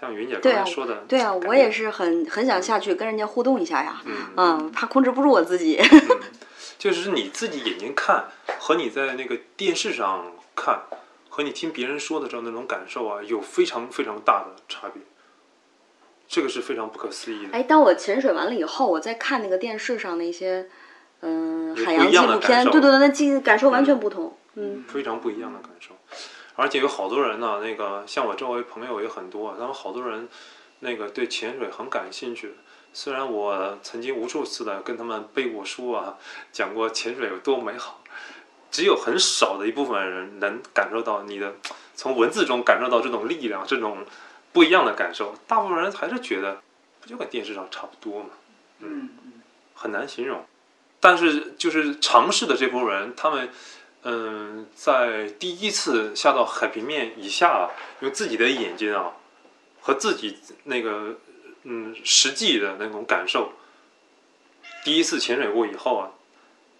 C: 像云姐
B: 对
C: 刚
B: 啊
C: 才说的，
B: 对啊，我
C: 感
B: 也
C: 觉
B: 是很很想下去跟人家互动一下呀，
C: 嗯
B: 嗯，怕控制不住我自己。
C: 就是你自己眼睛看和你在那个电视上看，和你听别人说的时候那种感受啊，有非常非常大的差别，这个是非常不可思议的。
B: 哎，当我潜水完了以后，我再看那个电视上那些，嗯、
C: 有
B: 海
C: 不
B: 洋
C: 一
B: 纪
C: 样的
B: 录
C: 感
B: 片，
C: 受嗯
B: 对对对，那记感受完全不同。嗯，
C: 非常不一样的感受。而且有好多人呢，那个像我周围朋友也很多，他们好多人那个对潜水很感兴趣。虽然我曾经无数次的跟他们背过书啊，讲过潜水有多美好，只有很少的一部分人能感受到你的，从文字中感受到这种力量，这种不一样的感受。大部分人还是觉得不就跟电视上差不多嘛。
A: 嗯嗯。
C: 很难形容。但是就是尝试的这波人，他们嗯、在第一次下到海平面以下啊，用自己的眼睛啊和自己那个嗯实际的那种感受，第一次潜水过以后啊，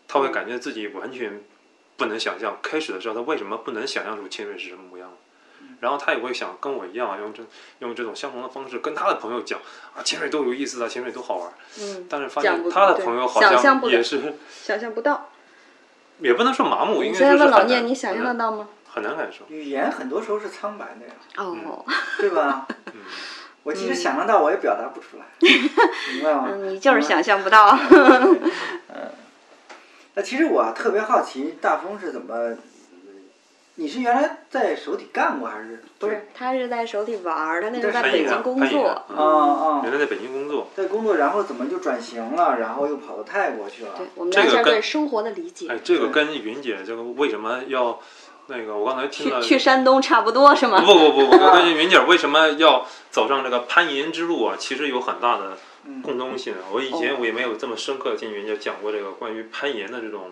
C: 他会感觉自己完全不能想象，开始的时候他为什么不能想象出潜水是什么模样。然后他也会想跟我一样啊，用这用这种相同的方式跟他的朋友讲啊，潜水多有意思啊，潜水多好玩。
B: 嗯，
C: 但是发
B: 讲不
C: 现他的
B: 对
C: 朋友好
B: 想象
C: 像
B: 不
C: 也
B: 了
C: 是，
B: 想象不到。
C: 也不能说麻木，应
B: 你
C: 该
B: 现在
C: 就是
B: 嗯问老
C: 很
B: 聂，
C: 难，
B: 你想象得到吗？
C: 很难感受。
A: 语言很多时候是苍白的呀，
C: 嗯
B: 哦，
A: 对吧？我即使想得到，我也表达不 出来，明白吗？
B: 嗯，你就是想象不到。
A: 那其实我特别好奇，大风是怎么？你是原来在手底干过还是？
B: 不是，他是在手里玩儿，他那时
A: 这
B: 候
A: 是
B: 在
A: 攀
B: 北
A: 岩
B: 京
A: 啊
B: 工
C: 攀岩
B: 作
C: 啊。
A: 啊啊
B: 嗯
C: 原！来在北京工作，
A: 在工作，然后怎么就转型了？然后又跑到泰国去了
B: 对？，我们
C: 这
B: 聊一
C: 个
B: 下
C: 跟
B: 对生活的理解。
C: 哎，这个跟云姐这个为什么要那个，我刚才听
B: 去
C: 了。
B: 去山东差不多是吗？
C: 不不不，我刚才云姐为什么要走上这个攀岩之路啊？其实有很大的
A: 嗯
C: 共通性啊。我以
B: 哦
C: 前我也没有这么深刻地听云姐讲过这个关于攀岩的这种，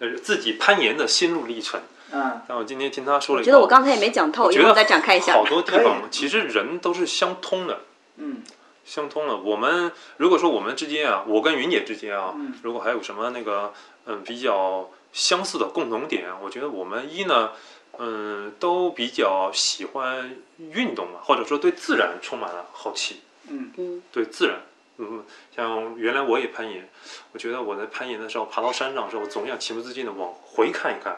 C: 呃，自己攀岩的心路历程。
A: 嗯，
C: 但我今天听她说
B: 我
C: 了以
B: 觉
C: 后，
B: 得我刚才也没讲透，
C: 我
B: 一
C: 觉
B: 会儿
C: 得
B: 再展开一下
C: 好
B: 吧。
C: 多地
A: 可以
C: 方其实人都是相通的，
A: 嗯，
C: 相通了。我们如果说我们之间啊，我跟云姐之间啊，
A: 嗯
C: 如果还有什么那个嗯比较相似的共同点，我觉得我们一呢，嗯，都比较喜欢运动嘛，啊或者说对自然充满了好奇，
B: 嗯，
C: 对自然。嗯，像原来我也攀岩，我觉得我在攀岩的时候，爬到山上的时候，我总想情不自禁的往回看一看，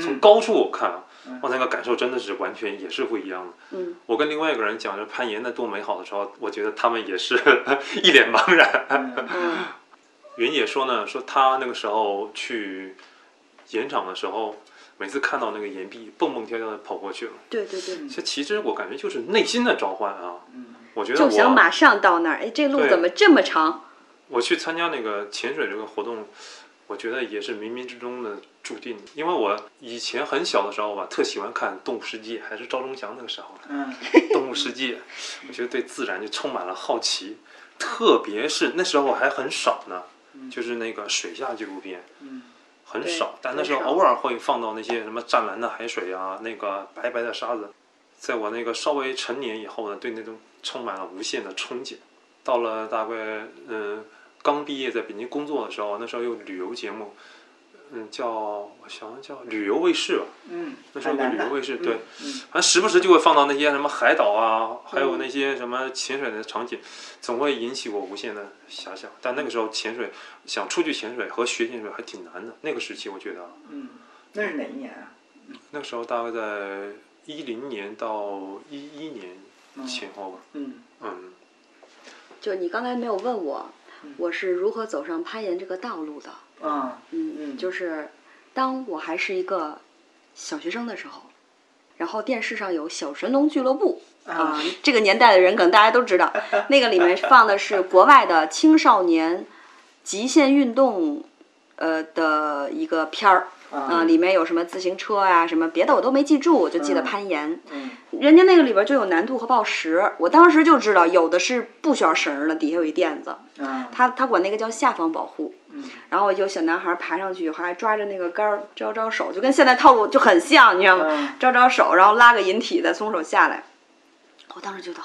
C: 从
A: 嗯，
C: 高处我看啊
A: 嗯，
C: 哇，那个感受真的是完全也是不一样的。
B: 嗯，
C: 我跟另外一个人讲这攀岩那多美好的时候，我觉得他们也是 一脸茫然。
A: 嗯
B: 嗯，
C: 云姐说呢，说她那个时候去岩场的时候，每次看到那个岩壁，蹦蹦跳跳的跑过去了。
B: 对对对，
C: 其实其实我感觉就是内心的召唤啊，
A: 嗯
C: 我觉得
B: 就想
C: 我
B: 马上到那儿。哎，这路
C: 对
B: 怎么这么长？
C: 我去参加那个潜水这个活动，我觉得也是冥冥之中的注定，因为我以前很小的时候吧，特喜欢看《动物世界》，还是赵忠祥那个时候。
A: 嗯
C: 动物世界，我觉得对自然就充满了好奇，特别是那时候我还很少呢，就是那个水下纪录片
A: 嗯
C: 很
B: 嗯对
C: 少，但那
B: 很
C: 时候
B: 少
C: 偶尔会放到那些什么湛蓝的海水啊，那个白白的沙子，在我那个稍微成年以后呢，对那种充满了无限的憧憬。到了大概嗯、刚毕业在北京工作的时候，那时候有旅游节目，嗯叫我想想叫旅游卫视吧，
A: 嗯，
C: 那时候有
A: 海
C: 个
A: 南
C: 旅
A: 的
C: 游卫视，对，
A: 嗯
C: 反正时不时就会放到那些什么海岛啊，还有那些什么潜水的场景，总会引起我无限的遐想。但那个时候潜水，想出去潜水和学潜水还挺难的。那个时期我觉得啊，
A: 嗯，那是哪一年啊？
C: 那个时候大概在一零年到一一年前后吧，
A: 嗯
C: 嗯，
B: 就你刚才没有问我，我是如何走上攀岩这个道路的？
A: 啊
B: 嗯，
A: 嗯
B: 就是当我还是一个小学生的时候，然后电视上有《小神龙俱乐部》啊、
A: 啊
B: 这个年代的人可能大家都知 道，那个里面放的是国外的青少年极限运动。呃的一个片儿，啊、
A: 啊
B: 里面有什么自行车啊，什么别的我都没记住，我就记得
A: 嗯
B: 攀岩。
A: 嗯
B: 人家那个里边就有难度和报时，我当时就知道有的是不需要绳儿的，底下有一垫子，
A: 啊
B: 他他管那个叫下方保护。
A: 嗯
B: 然后有小男孩爬上去，还抓着那个杆儿招招手，就跟现在套路就很像，你知道吗？
A: 嗯
B: 招招手，然后拉个引体，再松手下来。我当时觉得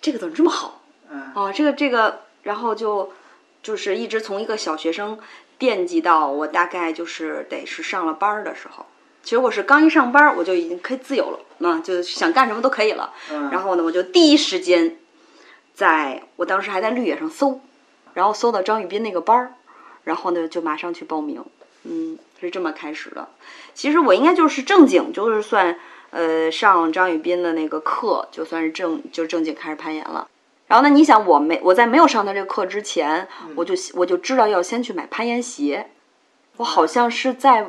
B: 这个怎么这么好
A: 嗯
B: 啊？这个这个，然后就就是一直从一个小学生惦记到我大概就是得是上了班儿的时候，其实我是刚一上班，我就已经可以自由了，嗯，就想干什么都可以了。
A: 嗯
B: 然后呢，我就第一时间，在我当时还在绿野上搜，然后搜到张宇斌那个班儿，然后呢就马上去报名，嗯，是这么开始的。其实我应该就是正经，就是算呃上张宇斌的那个课，就算是正就正经开始攀岩了。然后呢，你想我没我在没有上他这个课之前，我就
A: 嗯
B: 我就知道要先去买攀岩鞋，我好像是在。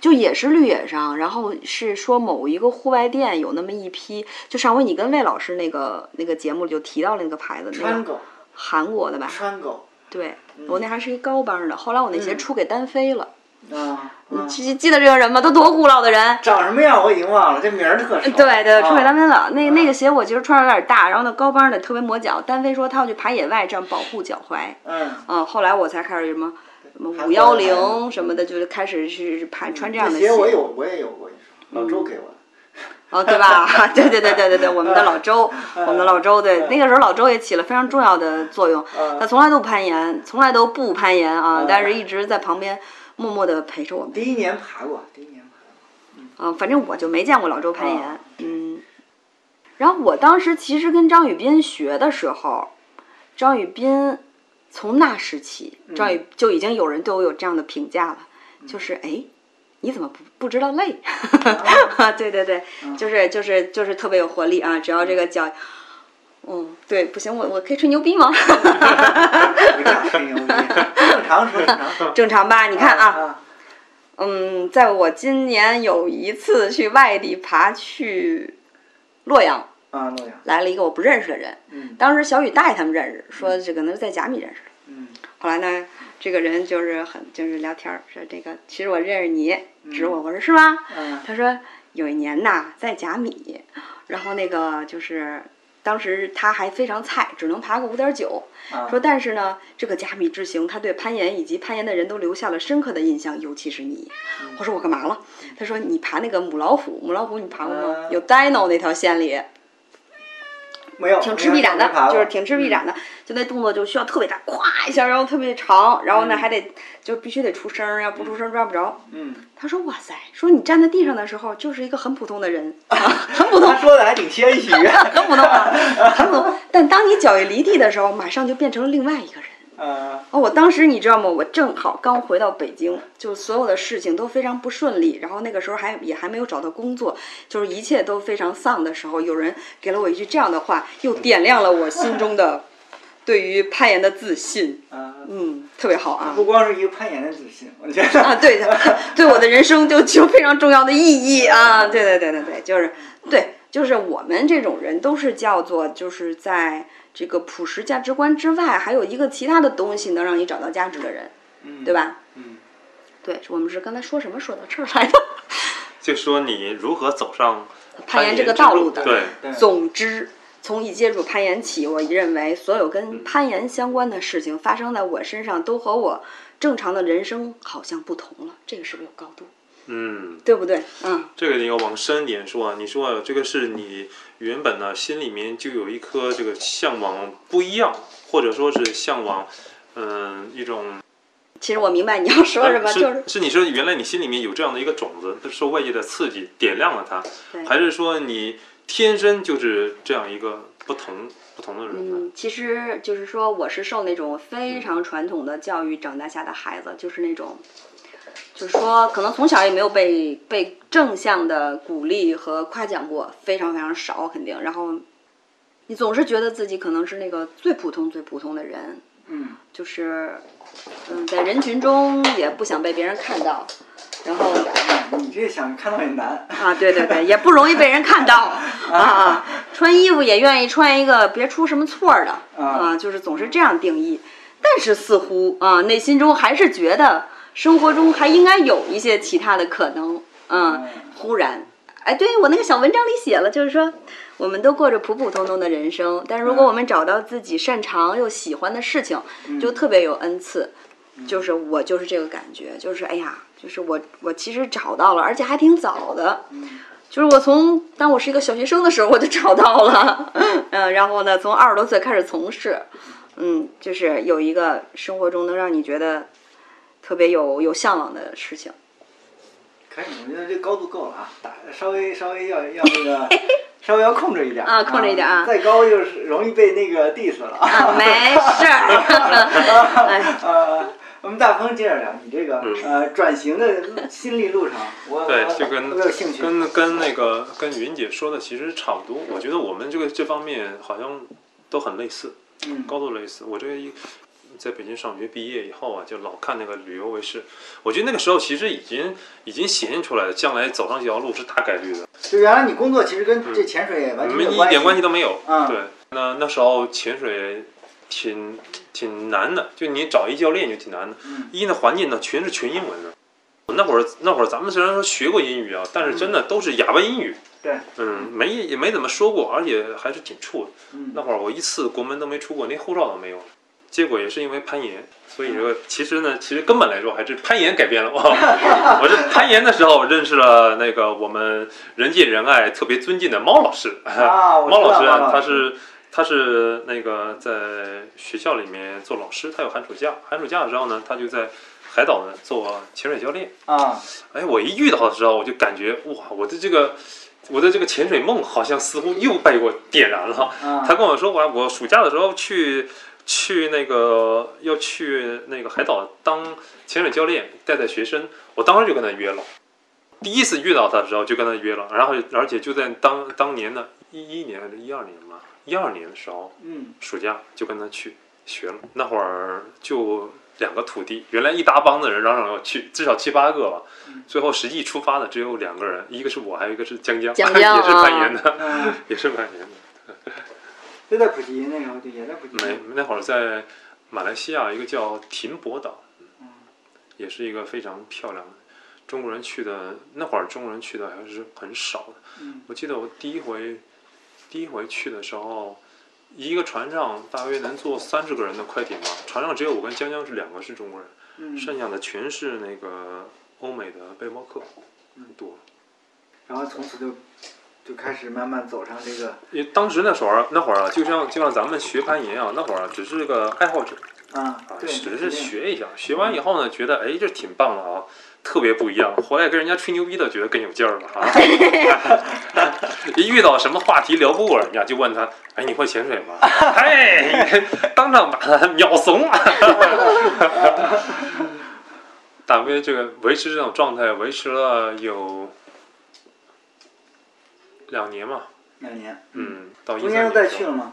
B: 就也是绿野上，然后是说某一个户外店有那么一批，就上回你跟魏老师那个那个节目里就提到了那个牌子，那
A: 川
B: 个
A: 狗，
B: 韩国的吧？
A: 川狗，
B: 嗯对，我那还是一高帮的，后来我那鞋
A: 嗯
B: 出给单飞了。
A: 啊，啊
B: 记嗯记得这个人吗？都多古老的人。
A: 长什么样我已经忘了，这名儿特熟。
B: 对对，出给单
A: 啊
B: 飞了。那那个鞋我其实穿着有点大，然后那高帮的特别磨脚。单飞说他要去爬野外，这样保护脚踝。
A: 嗯，
B: 嗯，后来我才开始什么什么
A: 韩
B: 五
A: 国
B: 幺
A: 人
B: 零什么的，就是开始去爬穿这样的
A: 嗯
B: 嗯
A: 鞋我有，我也有过一双，老周给我的。
B: 哦，对吧？ 对对对对对对，我们的老周，
A: 嗯
B: 我们的老周，对，那个时候老周也起了非常重要的作用。
A: 嗯
B: 呃他从来都不攀岩，从来都不攀岩啊，但是一直在旁边默默的陪着我们。
A: 第一年爬过，第一年爬过。
B: 啊，反正我就没见过老周攀岩
A: 啊，
B: 嗯。然后我当时其实跟张宇斌学的时候，张宇斌从那时起，
A: 嗯
B: 张宇就已经有人对我有这样的评价了，就是哎，你怎么不不知道累？
A: 啊
B: 对对对，就是就是就是特别有活力啊！只要这个脚，嗯，对，不行，我我可以吹牛逼吗？
A: 不大吹牛逼，正常说正常说。
B: 正常吧？你看 啊，
A: 啊，
B: 嗯，在我今年有一次去外地爬去洛阳，
A: 啊，诺亚，
B: 来了一个我不认识的人。
A: 嗯
B: 当时小雨大爷他们认识，说这个能在甲米认识的。
A: 嗯
B: 后来呢，这个人就是很就是聊天儿，说这个其实我认识你，指我，我说是吗？
A: 嗯
B: 他说有一年呐，在甲米，然后那个就是当时他还非常菜，只能爬个五点九。
A: 啊，
B: 说但是呢，这个甲米之行，他对攀岩以及攀岩的人都留下了深刻的印象，尤其是你。我说我干嘛了？他说你爬那个母老虎，母老虎你爬过吗？
A: 嗯
B: 有 Dino 那条线里。
A: 没有，
B: 挺吃臂展的
A: 没爬，过
B: 就是挺
A: 嗯
B: 吃臂展的，就那动作就需要特别大，咵一下，然后特别长，然后呢
A: 嗯
B: 还得就必须得出声儿，要不出声儿抓不着。
A: 嗯，
B: 他说：“哇塞，说你站在地上的时候就是一个很普通 的人，啊很普通
A: 嗯他，说的还挺谦虚。
B: 很普通啊，很普通。但当你脚一离地的时候，马上就变成了另外一个人。”
A: 呃，
B: 哦，我当时你知道吗？我正好刚回到北京，就所有的事情都非常不顺利，然后那个时候还也还没有找到工作，就是一切都非常丧的时候，有人给了我一句这样的话，又点亮了我心中的 对于攀岩的自信。
A: 呃，
B: 嗯，特别好 啊
A: 不！光是一个攀岩的自信，我觉得
B: 啊，对的，对我的人生就就非常重要的意义啊！对对对对对，就是对，就是我们这种人都是叫做就是在这个朴实价值观之外，还有一个其他的东西能让你找到价值的人。对？吧？
A: 嗯，
B: 对，我们是刚才说什么说到这儿 来的？
C: 就说你如何走上
B: 攀岩这个
C: 之路
B: 道路的
C: 对，
A: 对，
B: 总之，从一接触攀岩起，我认为所有跟攀岩相关的事情发生在我身上，都和我正常的人生好像不同了。这个是不是有高度？
C: 嗯，
B: 对不对？嗯，
C: 这个你要往深点说啊。你说啊这个是你原本呢心里面就有一颗这个向往不一样，或者说是向往，嗯、一种呃
B: 其实我明白你要说什么，
C: 嗯是
B: 就是
C: 是你说原来你心里面有这样的一个种子，它受外界的刺激点亮了它
B: 对，
C: 还是说你天生就是这样一个不同不同的人呢？
B: 嗯，其实就是说，我是受那种非常传统的教育长大下的孩子，就是那种，就是说，可能从小也没有被被正向的鼓励和夸奖过，非常非常少，肯定。然后，你总是觉得自己可能是那个最普通、最普通的人，
A: 嗯
B: 就是，嗯，在人群中也不想被别人看到，然后
A: 你这想看到也难。
B: 啊，对对对，也不容易被人看到啊。穿衣服也愿意穿一个别出什么错儿的
A: 啊
B: 啊，就是总是这样定义。但是似乎啊，内心中还是觉得生活中还应该有一些其他的可能。嗯
A: 嗯，
B: 忽然，哎，对我那个小文章里写了，就是说我们都过着普普通通的人生，但如果
A: 嗯
B: 我们找到自己擅长又喜欢的事情，就特别有恩赐。就是我就是这个感觉，就是哎呀，就是我我其实找到了，而且还挺早的。
A: 嗯
B: 就是我从当我是一个小学生的时候，我就找到了， 嗯，然后呢，从二十多岁开始从事，嗯，就是有一个生活中能让你觉得特别有有向往的事情。
A: 可以，我觉得这高度够了啊，打稍微稍微要要那 个，稍微要控制一点儿
B: 啊控制一点儿啊
A: 再高就是容易被那个 diss 了 啊。
B: 啊，没事儿。哎，
A: 呃，我们大鹏接着聊你这个、
C: 嗯
A: 呃转型的路心历路上，我
C: 对
A: 我，
C: 就跟
A: 我有兴趣。
C: 跟跟那个跟云姐说的其实差不多。我觉得我们这个这方面好像都很类似，
A: 嗯
C: 高度类似。我这个一在北京上学毕业以后啊，就老看那个旅游卫视，我觉得那个时候其实已经已经显现出来了，将来走上这条路是大概率的。
A: 就原来你工作其实跟这潜水也完全没有
C: 一点关系
A: 系。
C: 都嗯没有。
A: 嗯
C: 对，那那时候潜水挺挺难的，就你找一教练就挺难的。
A: 嗯
C: 一呢，环境呢全是全英文的。那会儿那会儿咱们虽然说学过英语啊，但是真
A: 嗯
C: 的都是哑巴英语。
A: 对，
C: 嗯，没也没怎么说过，而且还是挺怵的。
A: 嗯
C: 那会儿我一次国门都没出过，连护照都没有。结果也是因为攀岩，所以说其实呢，其实根本来说还是攀岩改变了我。 我是攀岩的时候认识了那个我们人见人爱、特别尊敬的猫老师。
A: 啊，我知
C: 猫
A: 道
C: 老师啊，
A: 猫
C: 他是他是那个在学校里面做老师，他有寒暑假，寒暑假的时候呢，他就在海岛呢做潜水教练。
A: 啊，
C: 哎，我一遇到的时候，我就感觉哇，我的这个我的这个潜水梦好像似乎又被我点燃了。
A: 啊
C: 他跟我说，我我暑假的时候去去那个要去那个海岛当潜水教练，带带学生。我当时就跟他约了，第一次遇到他的时候就跟他约了，然后而且就在当当年的一一年还是一二年吧，一二年的时候
A: 嗯
C: 暑假就跟他去学了。那会儿就两个徒弟，原来一大帮子人嚷嚷要去，至少七八个吧
A: 嗯。
C: 最后实际出发的只有两个人，一个是我，还有一个是江江，
B: 江江
C: 也是
B: 啊
C: 扮演的，
A: 嗯，
C: 也是扮演的。
A: 就在普吉那时候就也在普吉。
C: 没，那会儿在马来西亚一个叫ถิ่博岛，
A: 嗯
C: 也是一个非常漂亮的。中国人去的那会儿，中国人去的还是很少的。
A: 嗯
C: 我记得我第一回第一回去的时候，一个船上大约能坐三十个人的快艇吧，船上只有我跟江江是两个是中国人，
A: 嗯，
C: 剩下的全是那个欧美的背包客，多。
A: 然后从此就就开始慢慢走上这个
C: 因为当时那时候那会儿啊，就像就像咱们学攀岩啊，那会儿啊只是个爱好者，
A: 啊
C: 啊，，
A: 对，
C: 只
A: 肯定。
C: 是学一下，学完以后呢，觉得哎这挺棒的啊，特别不一样。回来跟人家吹牛逼的，觉得更有劲儿了啊。 一遇到什么话题聊不过人家，就问他，哎你会潜水吗？哎， 当场把他秒怂啊了。 大威这个维持这种状态，维持了有两年嘛，
A: 两年，，
C: 嗯，到一
A: 中
C: 三
A: 间
C: 年
A: 又再
C: 的时候
A: 去了吗？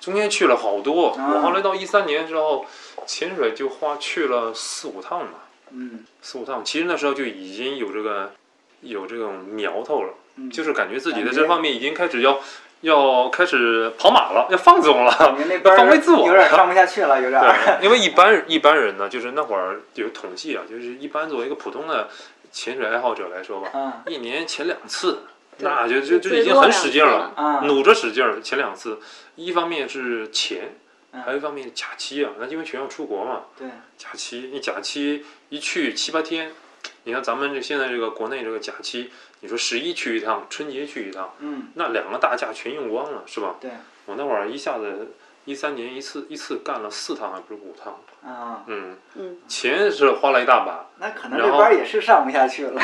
C: 中间去了好多，
A: 啊
C: 我后来到一三年之后，潜水就花去了四五趟吧，
A: 嗯
C: 四五趟。其实那时候就已经有这个有这种苗头了，
A: 嗯，
C: 就是感觉自己在
A: 感觉
C: 这方面已经开始要要开始跑马了，要放纵了。
A: 感觉那班儿
C: 放飞自我
A: 有点上不下去了，有点儿。
C: 对，因为一般一般人呢，就是那会儿有统计啊，就是一般作为一个普通的潜水爱好者来说吧，
A: 啊
C: 一年潜两次，
B: 对
C: 那就就就已
B: 最
C: 经
B: 多
C: 很
B: 两
C: 使劲
B: 次
C: 了。
B: 了。
A: 啊，
C: 努着使劲儿前两次，一方面是钱，
A: 嗯
C: 还有一方面是假期啊。那因为学校出国嘛，
A: 对，
C: 假期你假期一去七八天，你看咱们这现在这个国内这个假期，你说十一去一趟，春节去一趟，
A: 嗯，
C: 那两个大假全用光了，是吧？
A: 对，
C: 我那会儿一下子一三年一次一次干了四趟还不是五趟，
A: 啊，
C: 嗯，
B: 嗯，
C: 钱是花了一大把，
A: 那可能这
C: 然后
A: 班儿也是上不下去了。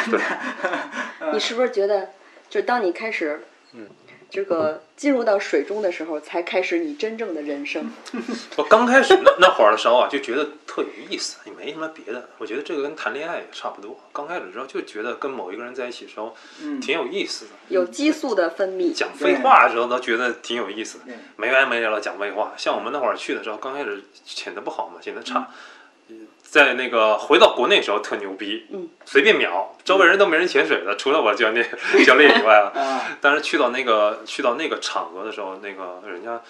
B: 你是不是觉得，就是当你开始，
C: 嗯，
B: 这个进入到水中的时候，才开始你真正的人生？
C: 我刚开始那那会儿的时候啊，就觉得特有意思，也没什么别的。我觉得这个跟谈恋爱也差不多。刚开始的时候就觉得跟某一个人在一起的时候
A: 嗯，
C: 挺有意思的，
B: 有激素的分泌，
C: 讲废话的时候都觉得挺有意思的
A: 对，
C: 没完没了的讲废话。像我们那会儿去的时候，刚开始潜的不好嘛，潜的差。在那个回到国内的时候特牛逼，
B: 嗯，
C: 随便秒，周围人都没人潜水的，除了我教练教练以外啊。
A: 啊，
C: 但是去到那个去到那个场合的时候，那个人家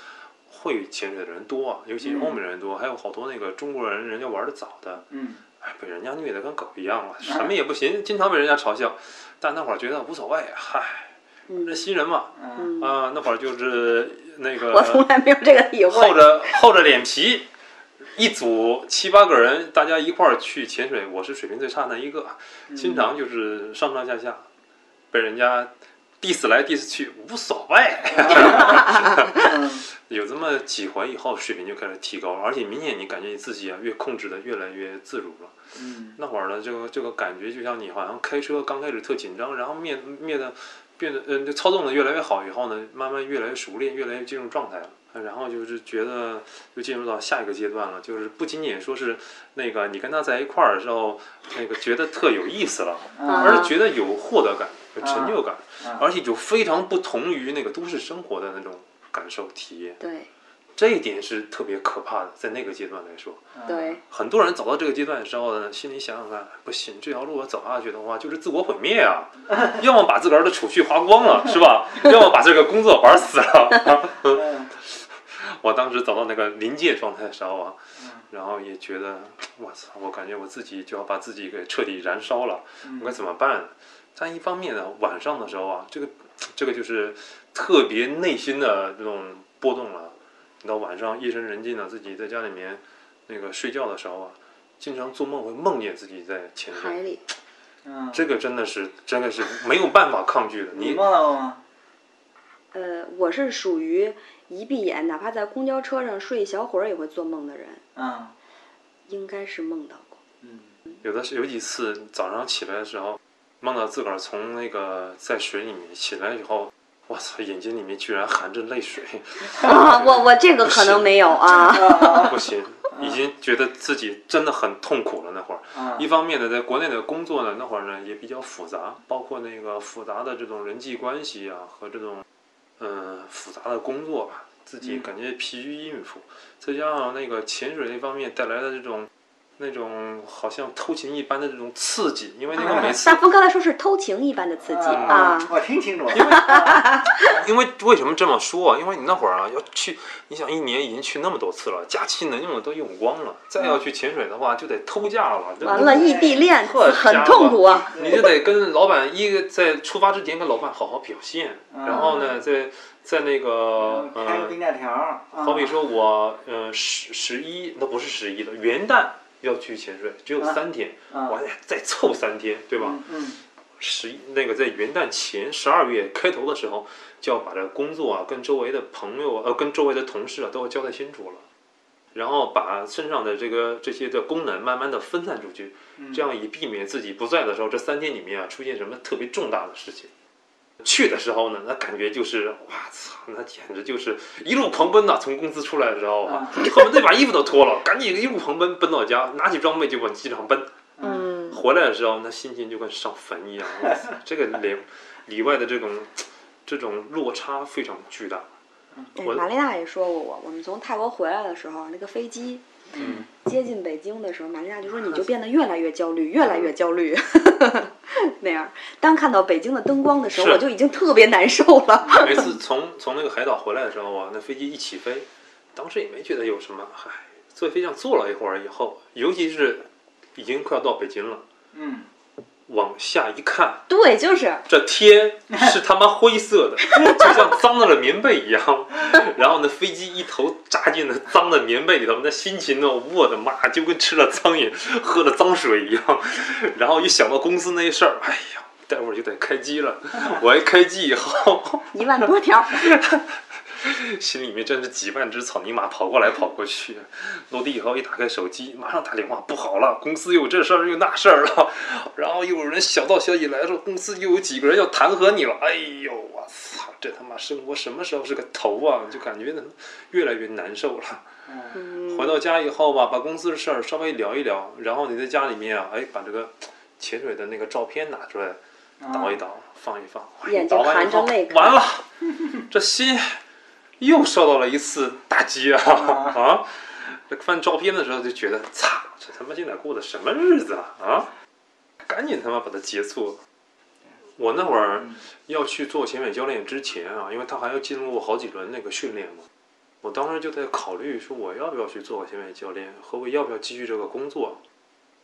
C: 会潜水的人多啊，尤其是
A: 嗯
C: 欧美人多，还有好多那个中国人，人家玩的早的，
A: 嗯，
C: 哎，被人家虐得跟狗一样了，啊什么也不行，经常被人家嘲笑。但那会儿觉得无所谓，嗨，
B: 嗯
C: 那新人嘛，
A: 嗯，
B: 嗯，
C: 啊、那会儿就是那
B: 我从
C: 个
B: 来没有这个体
C: 厚
B: 会。
C: 着厚着脸皮。一组七八个人，大家一块儿去
A: 嗯
C: 潜水，我是水平最差的一个，经常就是上上下下被人家 diss 来 diss 去无所谓。
A: 嗯
C: 有这么几回以后，水平就开始提高，而且明显你感觉你自己啊，越控制的越来越自如了。
A: 嗯，
C: 那会儿呢，这个这个感觉就像你好像开车刚开始特紧张，然后面面的变得嗯、就操纵的越来越好以后呢，慢慢越来越熟练，越来越进入状态了。呃然后就是觉得就进入到下一个阶段了，就是不仅仅说是那个你跟他在一块儿的时候，那个觉得特有意思了，
B: 啊
C: 而是觉得有获得感、有成就感，
A: 啊
C: 而且有非常不同于那个都市生活的那种感受体验，
B: 对
C: 这一点是特别可怕的。在那个阶段来说，
A: 啊
B: 对，
C: 很多人走到这个阶段的时候呢，心里想想看，不行，这条路我走下去的话，就是自我毁灭啊！ 要么把自个儿的储蓄花光了，是吧？要么把这个工作玩死了。
A: 嗯
C: 我当时走到那个临界状态的时候啊，然后也觉得，我操，我感觉我自己就要把自己给彻底燃烧了，
A: 嗯
C: 我嗯该怎么办？但一方面呢，晚上的时候啊，这个这个就是特别内心的这种波动了。你到晚上夜深人静了，自己在家里面那个睡觉的时候啊，经常做梦会梦见自己在潜
B: 海
C: 水，
B: 里
A: 嗯，
C: 这个真的是真的是没有办法抗拒的。
A: 你
C: 你
A: 梦到过嗯吗？
B: 呃，我是属于一闭眼，哪怕在公交车上睡一小会儿也会做梦的人，
A: 嗯
B: 应该是梦到 过。
A: 嗯
C: 有的是有几次早上起来的时候，梦到自个儿从那个在水里面起来以后，我操，眼睛里面居然含着泪水，
B: 啊， 我我这个可能没有啊。
C: 不行，已经觉得自己真的很痛苦了。那会儿，
A: 啊
C: 一方面呢，在国内的工作呢，那会儿呢也比较复杂，包括那个复杂的这种人际关系啊和这种嗯、复杂的工作吧，自己
A: 嗯
C: 感觉疲于应付，再加上那个潜水那方面带来的这种。那种好像偷情一般的这种刺激，因为 那个每次
B: 大风刚才说是偷情一般的刺激啊，
A: 我听清楚 了。啊
C: 因为为什么这么说啊？因为你那会儿啊，要去，你想一年已经去那么多次了，假期能用的都用光了，再要去潜水的话，就得偷假了。
B: 嗯
C: 这
B: 完了
C: 你
B: 异地恋
C: 呵
B: 很痛苦啊。
C: 你就得跟老板一个在出发之前跟老板好好表现，然后呢，在在那个
A: 嗯开个
C: 呃，
A: 冰架条儿，啊
C: 好比说我呃十十一，那不是十一了，元旦要去潜水，只有
A: 啊
C: 三天，
A: 啊
C: 我还得再凑三天，对吧？
A: 嗯嗯
C: 十一那个在元旦前十二月开头的时候，就要把这工作啊跟周围的朋友啊呃跟周围的同事啊都要交代清楚了，然后把身上的这个这些的功能慢慢的分散出去，
A: 嗯
C: 这样以避免自己不在的时候这三天里面啊出现什么特别重大的事情。去的时候呢，那感觉就是，哇操，那简直就是一路狂奔呐、从公司出来的时候啊， 恨不得把衣服都脱了，赶紧一路狂奔奔到家，拿起装备就往机场奔。
B: 嗯，
C: 回来的时候，那心情就跟上坟一样。哇塞这个里里外的这种这种落差非常巨大。
B: 哎
C: 我
B: 玛丽娜也说过我，我们从泰国回来的时候，那个飞机
A: 嗯
B: 接近北京的时候，玛丽娜就说你就变得越来越焦虑，越来越焦虑， 那样。当看到北京的灯光的时候，
C: 是
B: 我就已经特别难受了。
C: 每次从从那个海岛回来的时候啊，那飞机一起飞，当时也没觉得有什么，嗨，坐飞机上坐了一会儿以后，尤其是已经快要到北京了，
A: 嗯
C: 往下一看，
B: 对，就是
C: 这天是他妈灰色的，就像脏了的棉被一样。然后呢，飞机一头扎进了脏的棉被里头，那心情呢，我的妈，就跟吃了苍蝇、喝了脏水一样。然后一想到公司那事儿，哎呀，待会儿就得开机了。我一开机以后，
B: 一万多条。
C: 心里面真是几万只草泥马跑过来跑过去。落地以后一打开手机，马上打电话，不好了，公司又有这事儿又那事儿了， 然后又有人小道消息来说公司又有几个人要弹劾你了，哎呦我操，这他妈生活什么时候是个头啊？就感觉越来越难受了。
A: 嗯
B: 嗯
C: 回到家以后吧，把公司的事儿稍微聊一聊，然后你在家里面啊，哎，把这个潜水的那个照片拿出来，
A: 啊
C: 倒一倒，放一放，哎
B: 眼睛
C: 倒完以
B: 含着
C: 后
B: 泪看
C: 完了，这心又受到了一次打击啊！ 啊，这翻照片的时候就觉得，擦，这他妈现在过的什么日子啊！啊，赶紧他妈把它结束了。我那会儿
A: 嗯
C: 要去做潜水教练之前啊，因为他还要进入好几轮那个训练嘛，我当时就在考虑说我要不要去做个潜水教练，和我要不要继续这个工作。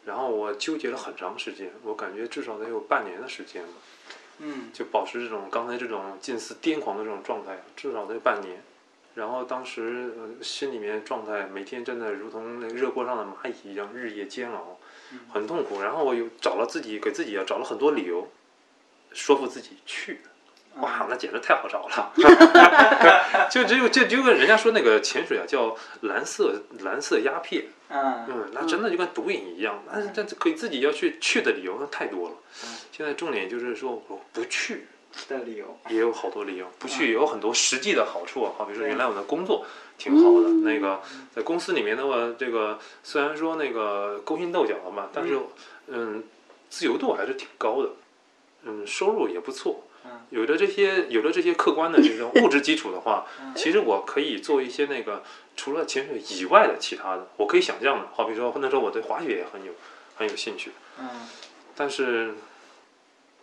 C: 然后我纠结了很长时间，我感觉至少得有半年的时间吧。
A: 嗯
C: 就保持这种刚才这种近似癫狂的这种状态，至少得半年。然后当时、呃、心里面状态每天真的如同那个热锅上的蚂蚁一样，日夜煎熬，很痛苦。然后我又找了自己，给自己啊找了很多理由，说服自己去。
A: 嗯
C: 哇，那简直太好找了。就只有就就跟人家说那个潜水啊，叫蓝色蓝色鸦片，
A: 嗯，
C: 嗯，那真的就跟毒瘾一样。那这这可以自己要去去的理由那太多了。现在重点就是说我不去，
A: 的理由，
C: 也有好多理由，不去也有很多实际的好处啊。好比说，原来我的工作挺好的，那个在公司里面的话，这个虽然说那个勾心斗角了嘛，但是嗯，自由度还是挺高的，嗯，收入也不错
A: 嗯。
C: 有了这些，有了这些客观的这种物质基础的话
A: 嗯，
C: 其实我可以做一些那个除了潜水以外的其他的，我可以想象的。好比说，那时候我对滑雪也很有很有兴趣，
A: 嗯
C: 但是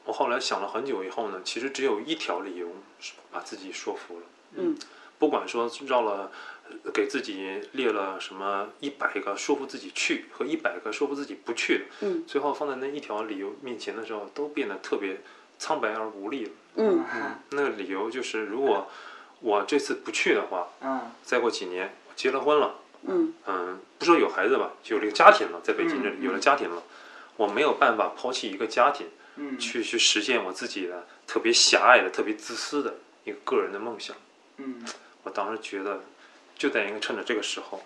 C: 我后来想了很久以后呢，其实只有一条理由是把自己说服了。
B: 嗯，
C: 不管说绕了，呃给自己列了什么一百个说服自己去和一百个说服自己不去的，
B: 嗯
C: 最后放在那一条理由面前的时候，都变得特别苍白而无力了。
B: 嗯
C: 那个理由就是，如果我这次不去的话，
A: 嗯
C: 再过几年我结了婚了。
B: 嗯
C: 嗯，不说有孩子吧，有了个家庭了，在北京这里
A: 嗯嗯
C: 有了家庭了，我没有办法抛弃一个家庭，
A: 嗯，
C: 去去实现我自己的特别狭隘的、特别自私的一个个人的梦想。
A: 嗯
C: 我当时觉得，就在应该趁着这个时候，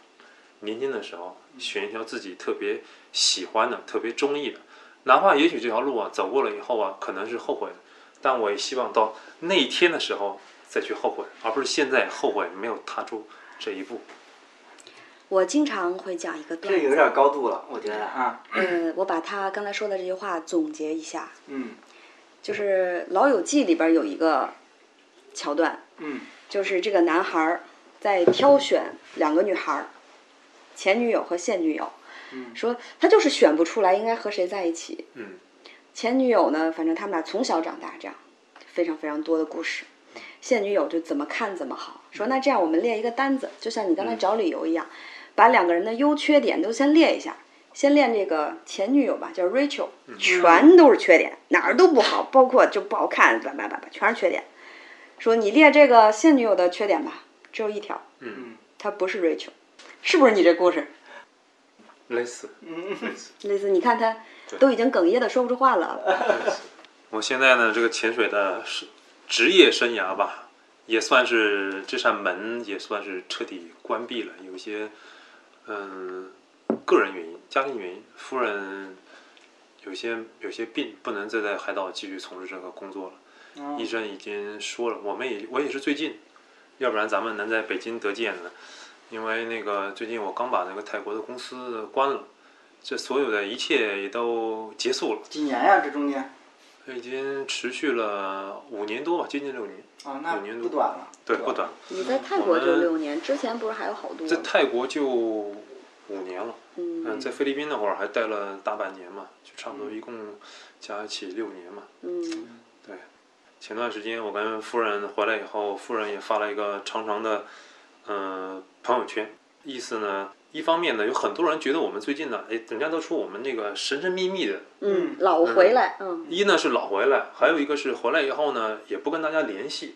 C: 年轻的时候，选一条自己特别喜欢的、特别中意的，哪怕也许这条路啊走过了以后啊，可能是后悔的，但我也希望到那一天的时候再去后悔，而不是现在后悔没有踏出这一步。
B: 我经常会讲一个段
A: 这有
B: 子，
A: 点高度了，我觉得啊，
B: 呃，我把他刚才说的这句话总结一下，
A: 嗯
B: 就是《老友记》里边有一个桥段，
A: 嗯
B: 就是这个男孩儿在挑选两个女孩儿，前女友和现女友，
A: 嗯
B: 说他就是选不出来应该和谁在一起。
C: 嗯
B: 前女友呢，反正他们俩从小长大，这样非常非常多的故事。现女友就怎么看怎么好，说那这样我们列一个单子，就像你刚才找理由一样，把两个人的优缺点都先列一下。先练这个前女友吧，叫 Rachel，全都是缺点，哪儿都不好，包括就不好看，叭叭叭叭，全是缺点。说你列这个现女友的缺点吧，只有一条，
C: 嗯，
B: 她不是 Rachel，是不是你这故事？
C: 类似
A: 嗯
C: 类似。
B: 类似你看他都已经哽咽的说不出话了。
C: 我现在呢，这个潜水的是职业生涯吧，也算是这扇门也算是彻底关闭了。有一些，嗯、个人原因、家庭原因，夫人有些有些病，不能再在海岛继续从事这个工作了。
A: 嗯
C: 医生已经说了，我们也我也是最近，要不然咱们能在北京得见呢。因为那个最近我刚把那个泰国的公司关了，这所有的一切也都结束了。
A: 几年呀？这中间
C: 已经持续了五年多吧，接近六年，
A: 啊，那
C: 五年
A: 不
C: 多
A: 短了，
C: 对，不短。
B: 你在泰国就六年，之前不是还有好多
C: 在
B: 吗？
C: 泰国就五年了，
B: 嗯
C: 嗯，在菲律宾那会儿还待了大半年嘛，就差不多一共加一起六年嘛。
B: 嗯
C: 前段时间我跟夫人回来以后，夫人也发了一个长长的，嗯、朋友圈，意思呢，一方面呢，有很多人觉得我们最近呢，哎，人家都说我们那个神神秘秘的，
B: 嗯，老回来，嗯
C: 一呢是老回来，还有一个是回来以后呢也不跟大家联系，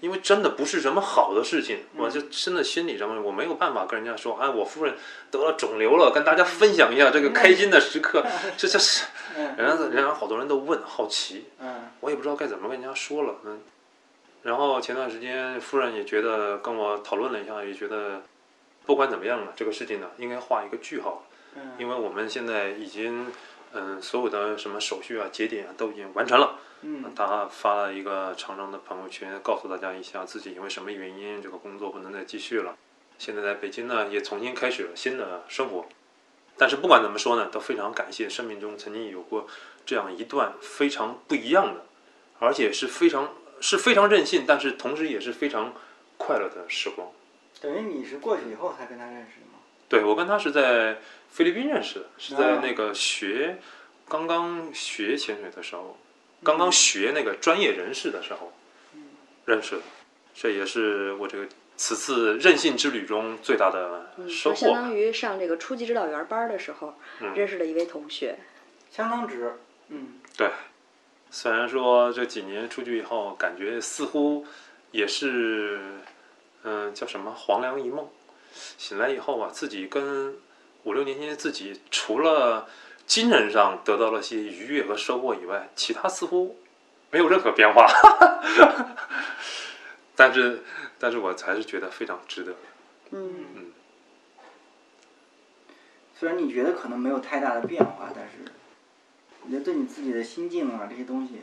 C: 因为真的不是什么好的事情，我就真的心里上面我没有办法跟人家说，哎，我夫人得了肿瘤了，跟大家分享一下这个开心的时刻，这这是， 人家人家好多人都问好奇，
A: 嗯
C: 我也不知道该怎么跟人家说了，嗯。然后前段时间夫人也觉得跟我讨论了一下，也觉得不管怎么样了，这个事情呢应该画一个句号了。
A: 嗯
C: 因为我们现在已经，嗯、所有的什么手续啊、节点啊都已经完成了。
A: 嗯
C: 他发了一个长长的朋友圈，告诉大家一下自己因为什么原因，这个工作不能再继续了。现在在北京呢，也重新开始了新的生活。但是不管怎么说呢，都非常感谢生命中曾经有过这样一段非常不一样的，而且是非常是非常任性，但是同时也是非常快乐的时光。
A: 等于你是过去以后才跟他认识的吗？
C: 对，我跟他是在菲律宾认识的，是在
A: 啊
C: 那个学刚刚学潜水的时候，
B: 嗯
C: 刚刚学那个专业人士的时候认识的。这也是我这个此次任性之旅中最大的
B: 嗯，
C: 收
B: 就相
C: 获。嗯
B: 当于上这个初级指导员班的时候认识了一位同学，
A: 相当值，嗯
C: 对，虽然说这几年出去以后，感觉似乎也是，嗯、叫什么黄粱一梦。醒来以后啊，自己跟五六年前的自己，除了精神上得到了些愉悦和收获以外，其他似乎没有任何变化， 但是 但是我还是觉得非常值得。
B: 嗯
A: 虽然你觉得可能没有太大的变化，但是我觉得对你自己的心境啊这些东西，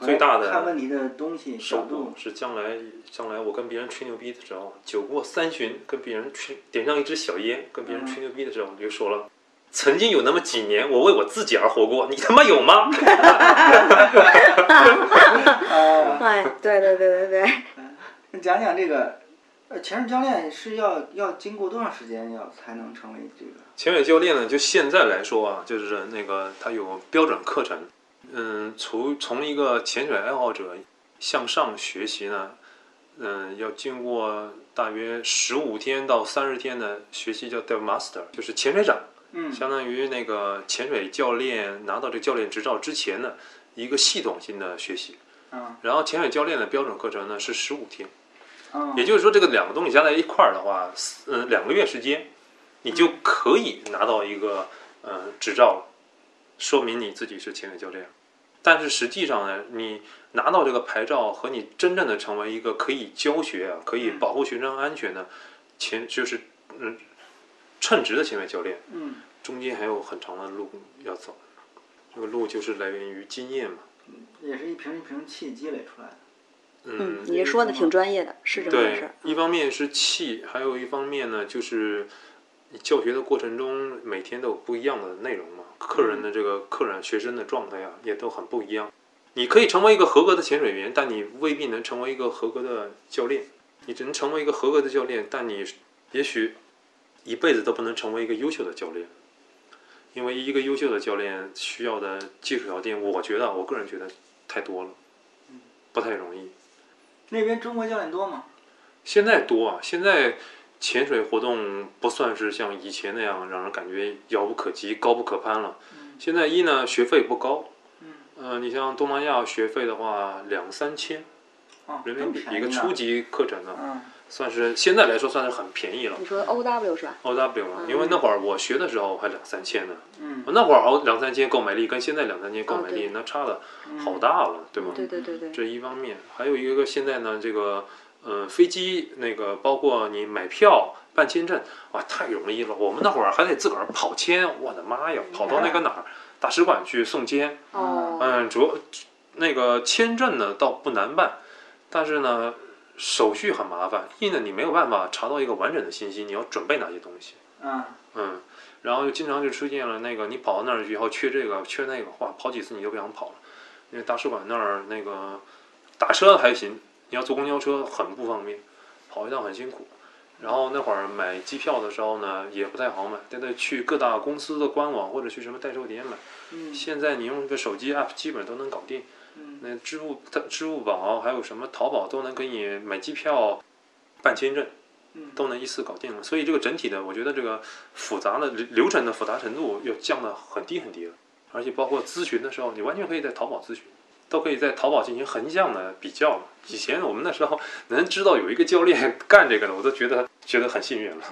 C: 最大的
A: 看问题的东西角
C: 收
A: 度
C: 获，是将来将来我跟别人吹牛逼的时候，酒过三巡，跟别人吹点上一支小烟，跟别人吹牛逼的时候，我就说了。曾经有那么几年，我为我自己而活过，你他妈有吗？
A: 啊，
B: 哎，对对对对
C: 嗯
B: 对，
A: 那讲讲这个，呃，潜水教练是要要经过多长时间要才能成为这个？
C: 潜水教练呢，就现在来说啊，就是那个他有标准课程，嗯，从从一个潜水爱好者向上学习呢，嗯，要经过大约十五天到三十天的学习，叫 Dive Master，就是潜水长。
A: 嗯
C: 相当于那个潜水教练拿到这个教练执照之前呢，一个系统性的学习。
A: 嗯
C: 然后潜水教练的标准课程呢是十五天，
A: 嗯，
C: 也就是说这个两个东西加在一块儿的话，嗯、呃，两个月时间，你就可以拿到一个呃执照了，说明你自己是潜水教练。但是实际上呢，你拿到这个牌照和你真正的成为一个可以教学啊，可以保护学生安全的潜就是嗯称职的潜水教练。
A: 嗯
C: 中间还有很长的路要走，这个路就是来源于经验嘛。
A: 也是一瓶一瓶气积累出来的。
B: 嗯
C: 嗯，，
B: 你说的挺专业的，是这么回事
C: 对
B: 儿，。
C: 一方面是气，还有一方面呢，就是你教学的过程中，每天都有不一样的内容嘛，客人
B: 嗯
C: 的这个客人、学生的状态啊，也都很不一样。你可以成为一个合格的潜水员，但你未必能成为一个合格的教练。你只能成为一个合格的教练，但你也许一辈子都不能成为一个优秀的教练，因为一个优秀的教练需要的技术条件，我觉得啊我个人觉得太多了，不太容易。
A: 那边中国教练多吗？
C: 现在多啊，现在潜水活动不算是像以前那样让人感觉遥不可及、高不可攀了。现在一呢，学费不高，
A: 嗯，
C: 呃，你像东南亚学费的话，两三千
A: 哦，
C: 人民币
A: 这么
C: 一个
A: 便宜啊
C: 初级课程呢，
A: 嗯
C: 算是现在来说算是很便宜了。哦
B: 你说 O W 是吧？
C: O W 嘛，
B: 嗯
C: 因为那会儿我学的时候还两三千呢，
A: 嗯
C: 那会儿哦两三千购买力跟现在两三千购
B: 哦
C: 买
B: 对
C: 力、那差的
A: 嗯
C: 好大了，对吗？
B: 对对对对，
C: 这一方面，还有一个现在呢，这个呃飞机那个包括你买票、办签证，哇，太容易了。我们那会儿还得自个儿跑签，我的妈呀，跑到那个哪儿大使馆去送签。
B: 哦，
C: 嗯，主要那个签证呢倒不难办，但是呢手续很麻烦，一呢你没有办法查到一个完整的信息，你要准备哪些东西。
A: 嗯
C: 嗯，然后就经常就出现了那个你跑到那儿以后缺这个缺那个，哇，跑几次你就不想跑了。因为大使馆那儿那个打车还行，你要坐公交车很不方便，跑一趟很辛苦。然后那会儿买机票的时候呢，也不太好买，都得去各大公司的官网或者去什么代售点买。
A: 嗯
C: 现在你用一个手机 app 基本都能搞定。
A: 嗯
C: 那支付它支付宝还有什么淘宝都能给你买机票、办签证。
A: 嗯
C: 都能一次搞定了。所以这个整体的，我觉得这个复杂的流流程的复杂程度又降得很低很低了。而且包括咨询的时候，你完全可以在淘宝咨询，都可以在淘宝进行横向的比较了。以前我们那时候能知道有一个教练 干这个的，我都觉得觉得很幸运了。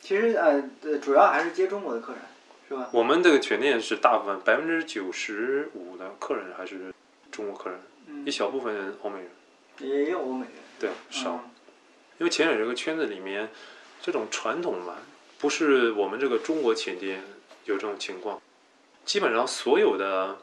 A: 其实呃，呃主要还是接中国的客人，是吧？
C: 我们这个全店是大部分百分之九十五的客人还是中国客人，
A: 嗯
C: 一，小部分欧美人，
A: 也有欧美人，
C: 对，少。
A: 嗯
C: 因为潜水这个圈子里面，这种传统嘛，不是我们这个中国潜店有这种情况，基本上所有的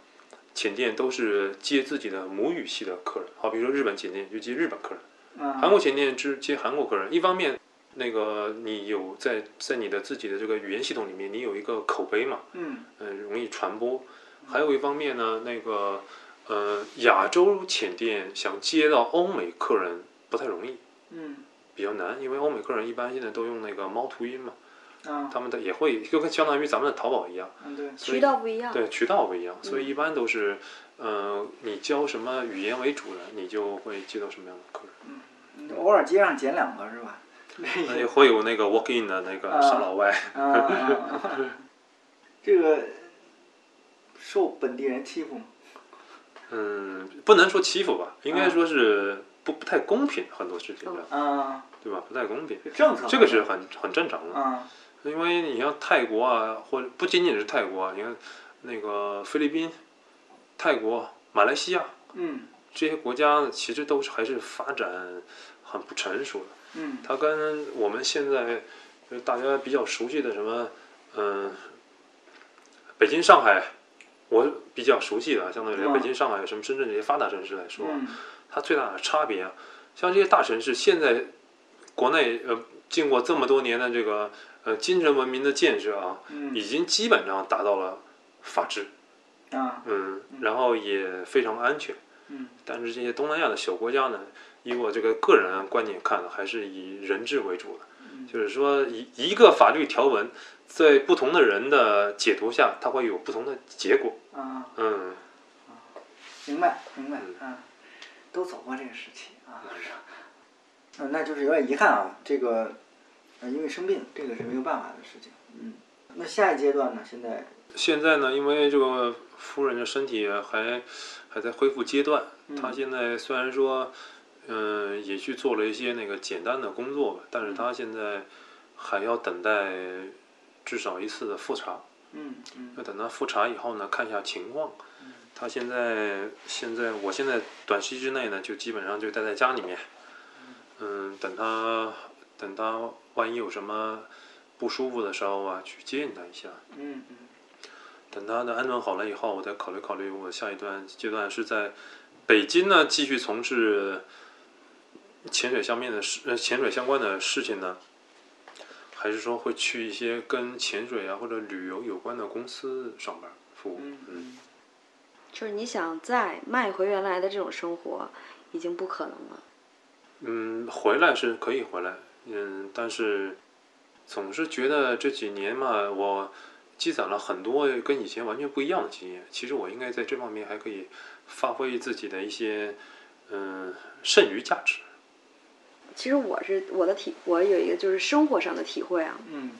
C: 潜店都是接自己的母语系的客人，好比说日本潜店就接日本客人，
A: 嗯，
C: 韩国潜店只接韩国客人。一方面，那个你有在在你的自己的这个语言系统里面，你有一个口碑嘛，
A: 嗯
C: 嗯，容易传播。还有一方面呢，那个呃，亚洲潜店想接到欧美客人不太容易。
A: 嗯
C: 比较难，因为欧美客人一般现在都用那个猫图音嘛，
A: 啊
C: 他们的也会就跟相当于咱们的淘宝一样，
A: 嗯对，
C: 所以
B: 渠道不一样。
C: 对渠道不一样，所以一般都是，呃，你教什么语言为主的，你就会接到什么样的客人，
A: 嗯偶尔街上捡两个是吧？
C: 那也会有那个 walk in 的那个傻老外，
A: 啊啊 啊，啊这个受本地人欺负吗？
C: 嗯，不能说欺负吧，应该说是不不太公平，很多事情上，
A: 啊，
C: 对吧？不太公平，
A: 这政策
C: 这个是很很正常的。
A: 啊，
C: 因为你像泰国啊，或者不仅仅是泰国啊，你看那个菲律宾、泰国、马来西亚，
A: 嗯
C: 这些国家其实都是还是发展很不成熟的。
A: 嗯
C: 它跟我们现在就是大家比较熟悉的什么，嗯、北京、上海，我比较熟悉的，相对来
A: 嗯
C: 北京、上海、什么深圳这些发达城市来说，
A: 嗯
C: 它最大的差别啊，像这些大城市，现在国内呃经过这么多年的这个呃精神文明的建设啊，
A: 嗯
C: 已经基本上达到了法治，
A: 啊
C: 嗯，然后也非常安全。
A: 嗯
C: 但是这些东南亚的小国家呢，以我这个个人啊观点看，还是以人治为主的，就是说一一个法律条文，在不同的人的解读下，它会有不同的结果。
A: 啊，
C: 嗯，
A: 明白明白，嗯，都走过这个时期啊，是 嗯，那就是有点遗憾啊，这个呃因为生病，这个是没有办法的事情，嗯，那下一阶段呢？现在
C: 现在呢，因为这个夫人的身体还还在恢复阶段，
A: 嗯
C: 她现在虽然说，嗯、也去做了一些那个简单的工作吧，但是她现在还要等待至少一次的复查。
A: 嗯嗯
C: 要等他复查以后呢，看一下情况。他现在现在，我现在短期之内呢，就基本上就待在家里面，嗯，等他等他万一有什么不舒服的时候啊，去接应他一下。
A: 嗯嗯
C: 等他的安顿好了以后，我再考虑考虑我下一段阶段是在北京呢继续从事潜水相面的事，呃，潜水相关的事情呢，还是说会去一些跟潜水啊或者旅游有关的公司上班服务？
A: 嗯
C: 嗯，
A: 嗯，
B: 就是你想再迈回原来的这种生活，已经不可能了。
C: 嗯，回来是可以回来，嗯，但是总是觉得这几年嘛，我积攒了很多跟以前完全不一样的经验。其实我应该在这方面还可以发挥自己的一些嗯剩余价值。
B: 其实我是我的体，我有一个就是生活上的体会啊，
A: 嗯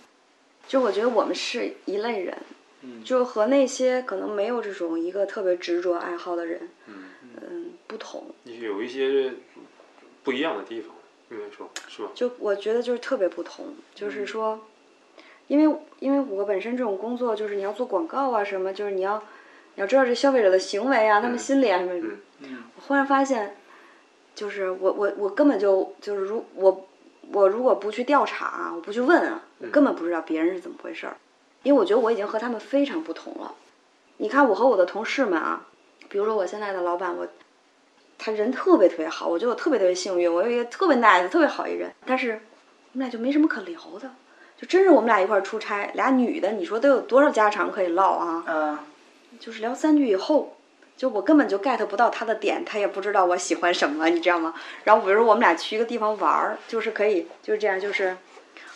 B: 就我觉得我们是一类人，
A: 嗯
B: 就和那些可能没有这种一个特别执着爱好的人，
C: 嗯，
B: 嗯，不同。
C: 有一些不一样的地方，应该说是吧？
B: 就我觉得就是特别不同，就是
A: 嗯
B: 说，因为因为我本身这种工作就是你要做广告啊什么，就是你要你要知道这消费者的行为啊，他们
C: 嗯
B: 心理啊什么什么。
C: 嗯
A: 嗯
B: 我忽然发现，就是我我我根本就就是如我我如果不去调查啊，我不去问啊，我根本不知道别人是怎么回事儿，因为我觉得我已经和他们非常不同了。你看我和我的同事们啊，比如说我现在的老板，我他人特别特别好，我觉得我特别特别幸运，我有一个特别 nice、特别好一人，但是我们俩就没什么可聊的。就真是我们俩一块儿出差，俩女的，你说都有多少家常可以唠啊？
A: 啊
B: 就是聊三句以后，就我根本就 get 不到他的点，他也不知道我喜欢什么，你知道吗？然后比如说我们俩去一个地方玩儿，就是可以就是这样，就是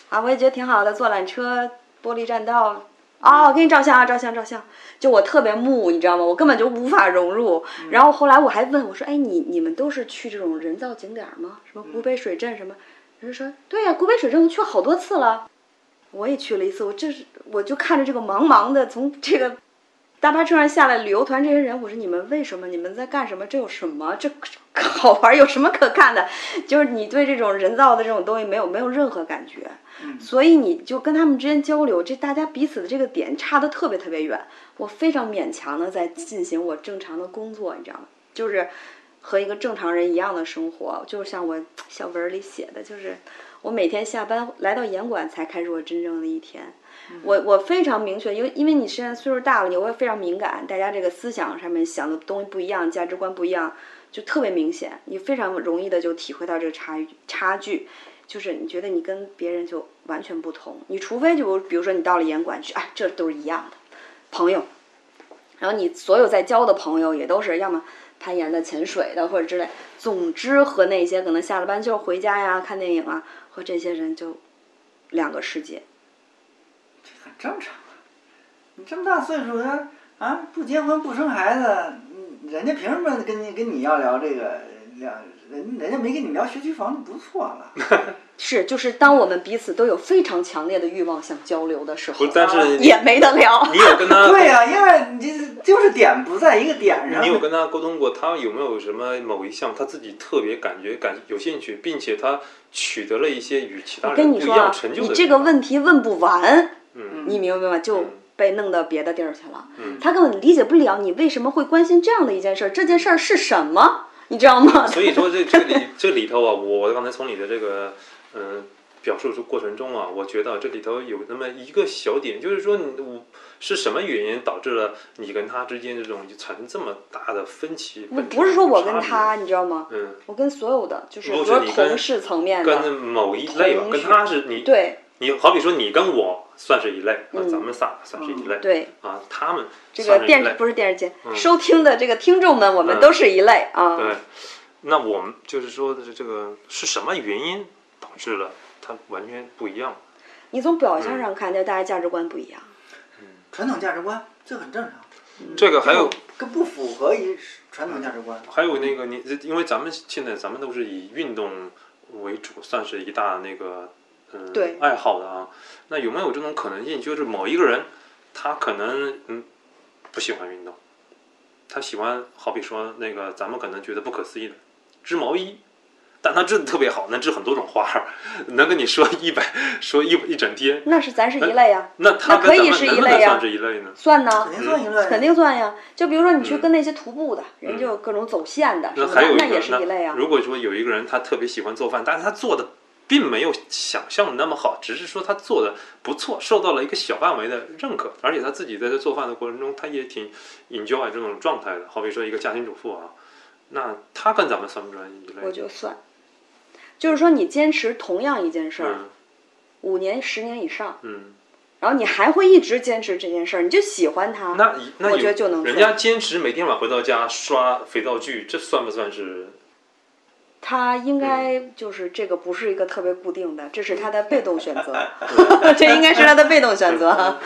B: 啊，我也觉得挺好的，坐缆车，玻璃栈道。啊，我给你照相啊，照相，照相！就我特别木，你知道吗？我根本就无法融入。然后后来我还问我说：“哎，你你们都是去这种人造景点儿吗？什么古北水镇什么？”人家说：“对呀、古北水镇我去好多次了。”我也去了一次，我这是我就看着这个茫茫的从这个大巴车上下来旅游团这些人，我说你们为什么？你们在干什么？这有什么？ 这这好玩？有什么可看的？就是你对这种人造的这种东西没有没有任何感觉，
A: 嗯
B: 所以你就跟他们之间交流，这大家彼此的这个点差的特别特别远。我非常勉强的在进行我正常的工作，你知道吗？就是和一个正常人一样的生活，就像我小文儿里写的，就是我每天下班来到严管才开始我真正的一天。我我非常明确，因为因为你现在岁数大了，你会非常敏感，大家这个思想上面想的东西不一样，价值观不一样，就特别明显，你非常容易的就体会到这个差异差距，就是你觉得你跟别人就完全不同，你除非就比如说你到了严管去，哎，这都是一样的朋友，然后你所有在交的朋友也都是要么攀岩的、潜水的或者之类，总之和那些可能下了班就是回家呀、看电影啊，和这些人就两个世界。
A: 很正常啊。你这么大岁数了啊，不结婚不生孩子，嗯人家凭什么跟你跟你要聊这个聊？人人家没跟你聊学区房就不错了。
B: 是，就是当我们彼此都有非常强烈的欲望想交流的时候，
C: 不但是
B: 啊
C: 你
B: 也没得聊。
C: 你有跟他
B: 呃
A: 对
B: 啊
A: 呀、因为你这就是点不在一个点上。
C: 你有跟他沟通过，他有没有什么某一项他自己特别感觉感有兴趣，并且他取得了一些与其他
B: 跟
C: 人
B: 你
C: 不一
B: 说啊
C: 样，成就
B: 你
C: 的地
B: 这个
C: 方
B: 问题问不完，
C: 嗯
B: 你明白吗？就
C: 嗯
B: 被弄到别的地儿去了。他根本理解不了你为什么会关心这样的一件事儿，这件事儿是什么，你知道吗？
C: 所以说这这里这里头啊，我我刚才从你的这个嗯、呃表述的过程中啊，我觉得这里头有那么一个小点，就是说你我是什么原因导致了你跟他之间这种就产生这么大的分歧？
B: 不
C: 本质
B: 不是说我跟
C: 上的
B: 他，
C: 差
B: 你知道吗？
C: 别，嗯，
B: 我跟所有的，就是比
C: 如
B: 如
C: 说
B: 说
C: 你跟
B: 同事层面的，
C: 跟某一类吧，
B: 同
C: 跟
B: 事
C: 他是你
B: 对
C: 你好比说你跟我算是一类，啊，
B: 嗯
C: 咱们仨算是一类、
B: 对，
C: 啊，他们
B: 这
C: 算
B: 个
C: 是一
B: 电
C: 类
B: 视不是电视节、
C: 嗯
B: 收听的这个听众们，我们
C: 嗯
B: 都是一类啊。
C: 对，那我们就是说的是这个是什么原因导致了它完全不一样？
B: 你从表
C: 嗯
B: 象上看，就大家价值观不一样。
A: 传统价值观这很正常，
C: 这个还有
A: 跟不符合一传统价值观。
C: 还有那个你，因为咱们现在咱们都是以运动为主，算是一大那个嗯
B: 对
C: 爱好的啊。那有没有这种可能性，就是某一个人他可能嗯不喜欢运动，他喜欢好比说那个咱们可能觉得不可思议的织毛衣。但他织的特别好，能织很多种花儿，能跟你说一百说一一整天。
B: 那是咱是
C: 嗯
B: 一类呀、
C: 那他
B: 那
C: 跟
B: 可
C: 咱
B: 以
C: 们
B: 是
C: 能
B: 一
C: 不
B: 类啊
C: 能
B: 呀
C: 算是一类呢？
B: 算呢
A: 肯，定算一类，
B: 嗯肯定算呀。就比如说你去
C: 嗯
B: 跟那些徒步的、人，就各种走线的，
C: 那
B: 什么
C: 还有
B: 的，
C: 一
B: 那
C: 个，
B: 也是一类啊呀、
C: 那如果说有一个人他特别喜欢做饭，但是他做的并没有想象的那么好，只是说他做的不错，受到了一个小范围的认可，而且他自己在这做饭的过程中，他也挺 enjoy 这种状态的。好比说一个家庭主妇啊，那他跟咱们算不算一
B: 我
C: 类？
B: 就算。就是说，你坚持同样一件事儿、
C: 嗯
B: 五年、十年以上，
C: 嗯，
B: 然后你还会一直坚持这件事儿，你就喜欢它，
C: 那一那
B: 我觉得
C: 有
B: 就能
C: 人
B: 算
C: 家坚持每天晚上回到家刷肥皂剧，这算不算是？
B: 它应该
C: 嗯
B: 就是这个不是一个特别固定的，这是它的被动选择，
C: 嗯
B: 这应该是它的被动选择。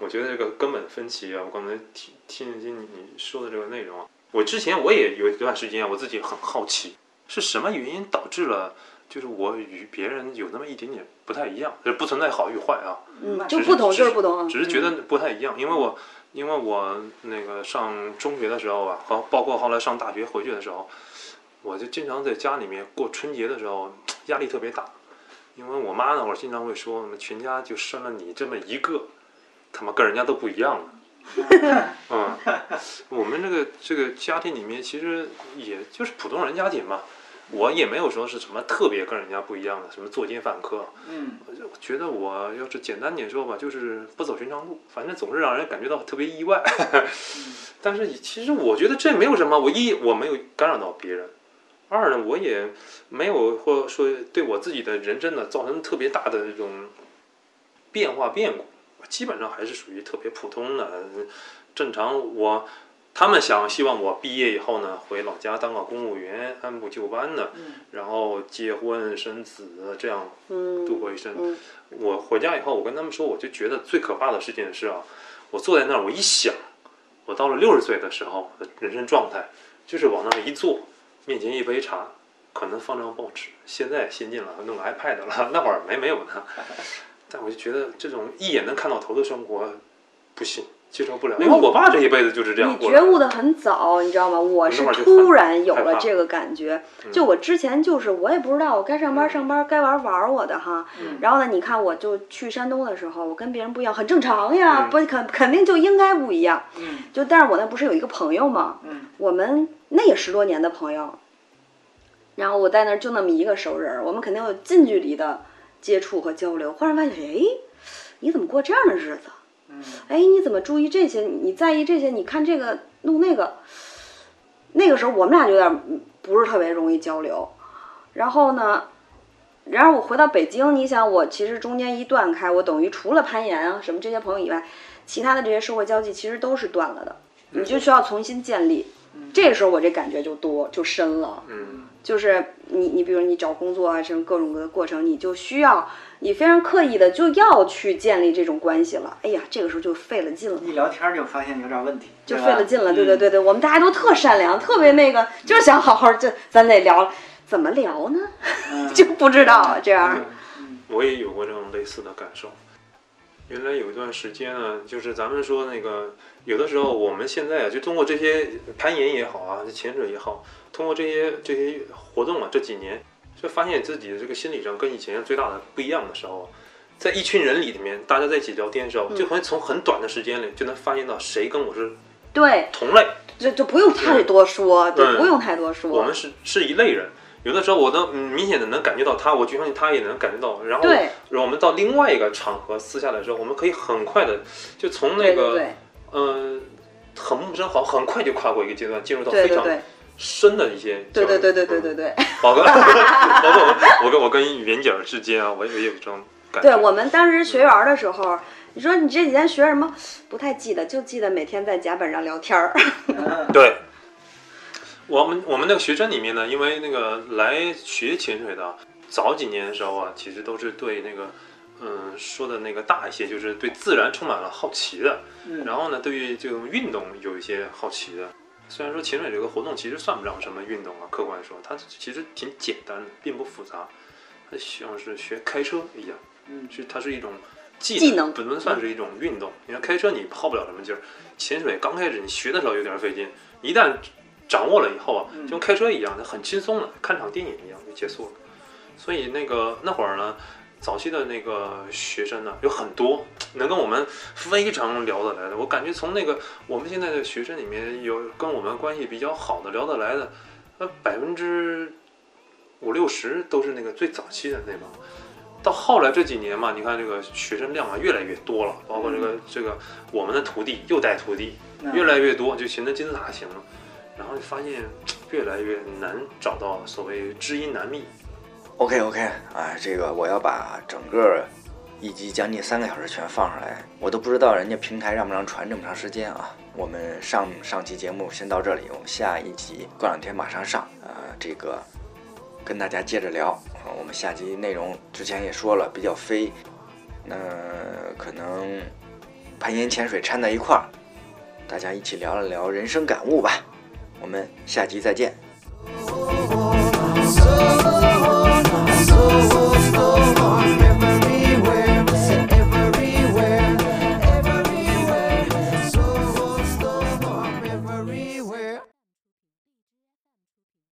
C: 我觉得这个根本分歧啊，我刚才听听听你你说的这个内容啊，我之前我也有一段时间啊，我自己很好奇，是什么原因导致了，就是我与别人有那么一点点不太一样，就是不存在好与坏啊，
B: 嗯，
C: 只
B: 就是不同
C: 只
B: 就是不同啊。
C: 只是觉得不太一样，因为我因为我那个上中学的时候啊，和包括后来上大学回去的时候，我就经常在家里面过春节的时候压力特别大，因为我妈那会儿经常会说，我们全家就生了你这么一个，他妈跟人家都不一样了。 嗯，我们这个这个家庭里面其实也就是普通人家庭嘛，我也没有说是什么特别跟人家不一样的，什么作奸犯科，
A: 嗯，
C: 我觉得我要是简单点说吧，就是不走寻常路，反正总是让人感觉到特别意外。 但是其实我觉得这没有什么，我一我没有干扰到别人，二呢我也没有或者说对我自己的人生呢造成特别大的这种变化变故，我基本上还是属于特别普通的嗯正常我。他们想希望我毕业以后呢，回老家当个公务员，按部就班的，
A: 嗯
C: 然后结婚生子，这样
B: 嗯，
C: 度过一生。
B: 嗯
C: 我回家以后，我跟他们说，我就觉得最可怕的事情是啊，我坐在那儿，我一想，我到了六十岁的时候，我的人生状态就是往那儿一坐，面前一杯茶，可能放张报纸。现在先进了，弄个 iPad 了，那会儿没没有呢。但我就觉得这种一眼能看到头的生活，不行，接受不了。因为我爸这一辈子就是这样
B: 你
C: 过来
B: 觉
C: 的。
B: 悟的很早，你知道吗？我是
C: 那会儿就
B: 突然有
C: 害害
B: 了
C: 怕嗯
B: 这个感觉，就我之前就是我也不知道，我该上班上班，该玩儿玩儿我的哈。
A: 嗯
B: 然后呢，你看我就去山东的时候，我跟别人不一样，很正常呀，
C: 嗯
B: 不肯肯定就应该不一样。
A: 嗯
B: 就但是我那不是有一个朋友嘛，
A: 嗯
B: 我们那也十多年的朋友，然后我在那儿就那么一个熟人儿，我们肯定有近距离的接触和交流。忽然发现，哎，你怎么过这样的日子？
A: 嗯，
B: 哎，你怎么注意这些？你在意这些？你看这个弄那个，那个时候我们俩就有点儿嗯不是特别容易交流。然后呢，然后我回到北京，你想我其实中间一断开，我等于除了攀岩啊什么这些朋友以外，其他的这些社会交际其实都是断了的，你就需要重新建立。这时候我这感觉就多就深了，
C: 嗯，
B: 就是你你比如你找工作啊什么各种各的过程，你就需要你非常刻意的就要去建立这种关系了。哎呀，这个时候就费了劲了。
A: 一聊天儿就发现有点问题，
B: 就
A: 对吧
B: 费了劲了，对
A: 嗯
B: 对对对，我们大家都特善良，特别那个，就是想好好这，咱得聊，怎么聊呢？
A: 嗯
B: 就不知道这样。
C: 我也有过这种类似的感受。原来有一段时间呢，就是咱们说那个，有的时候我们现在啊，就通过这些攀岩也好啊，潜水也好，通过这些这些活动啊，这几年就发现自己的这个心理上跟以前最大的不一样的时候，在一群人里面，大家在一起聊天的时候，就会从很短的时间里就能发现到谁跟我是
B: 对，
C: 同类，
B: 就就不用太多说，就
C: 对
B: 不用太多说。
C: 我们是是一类人。有的时候我能嗯明显的能感觉到他，我就相信他也能感觉到。然后
B: 对
C: 然后我们到另外一个场合私下的时候，我们可以很快的就从那
B: 对对
C: 个
B: 对
C: 嗯、呃很陌生好，很快就跨过一个阶段，进入到
B: 对
C: 非
B: 对
C: 常
B: 对
C: 深的一嗯些
B: 对对对对对
C: 对。
B: 对 对。
C: 包 括包括我我跟我跟袁姐儿之间啊，我也有这种感觉。
B: 对我们当时学员儿的时候，你说你这几天学什么？不太记得，就记得每天在甲板上聊天儿。
C: 对，我们我们那个学生里面呢，因为那个来学潜水的啊，早几年的时候啊，其实都是对那个。嗯，说的那个大一些，就是对自然充满了好奇的，
A: 嗯
C: 然后呢，对于这种运动有一些好奇的。虽然说潜水这个活动其实算不上什么运动啊，客观说，它其实挺简单的，并不复杂，它像是学开车一样，
A: 嗯
C: 是它是一种技
B: 技能
C: 不能算是一种运动。你看开车你耗不了什么劲儿，潜水刚开始你学的时候有点费劲，一旦掌握了以后啊，就跟开车一样，很轻松的，看场电影一样就结束了。所以那个那会儿呢，早期的那个学生呢有很多，能跟我们非常聊得来的。我感觉从那个我们现在的学生里面有跟我们关系比较好的、聊得来的，呃，百分之五六十都是那个最早期的那帮。到后来这几年嘛，你看这个学生量啊越来越多了，包括这个这个我们的徒弟又带徒弟，
A: 嗯
C: 越来越多，就形成金字塔型了。然后就发现越来越难找到所谓知音难觅，
D: OK OK，啊，这个我要把整个一集将近三个小时全放上来，我都不知道人家平台让不让传这么长时间啊。我们上上期节目先到这里，我们下一集过两天马上上，呃，这个跟大家接着聊。啊我们下集内容之前也说了，比较飞，那、可能攀岩、潜水掺在一块儿，大家一起聊了聊人生感悟吧。我们下集再见，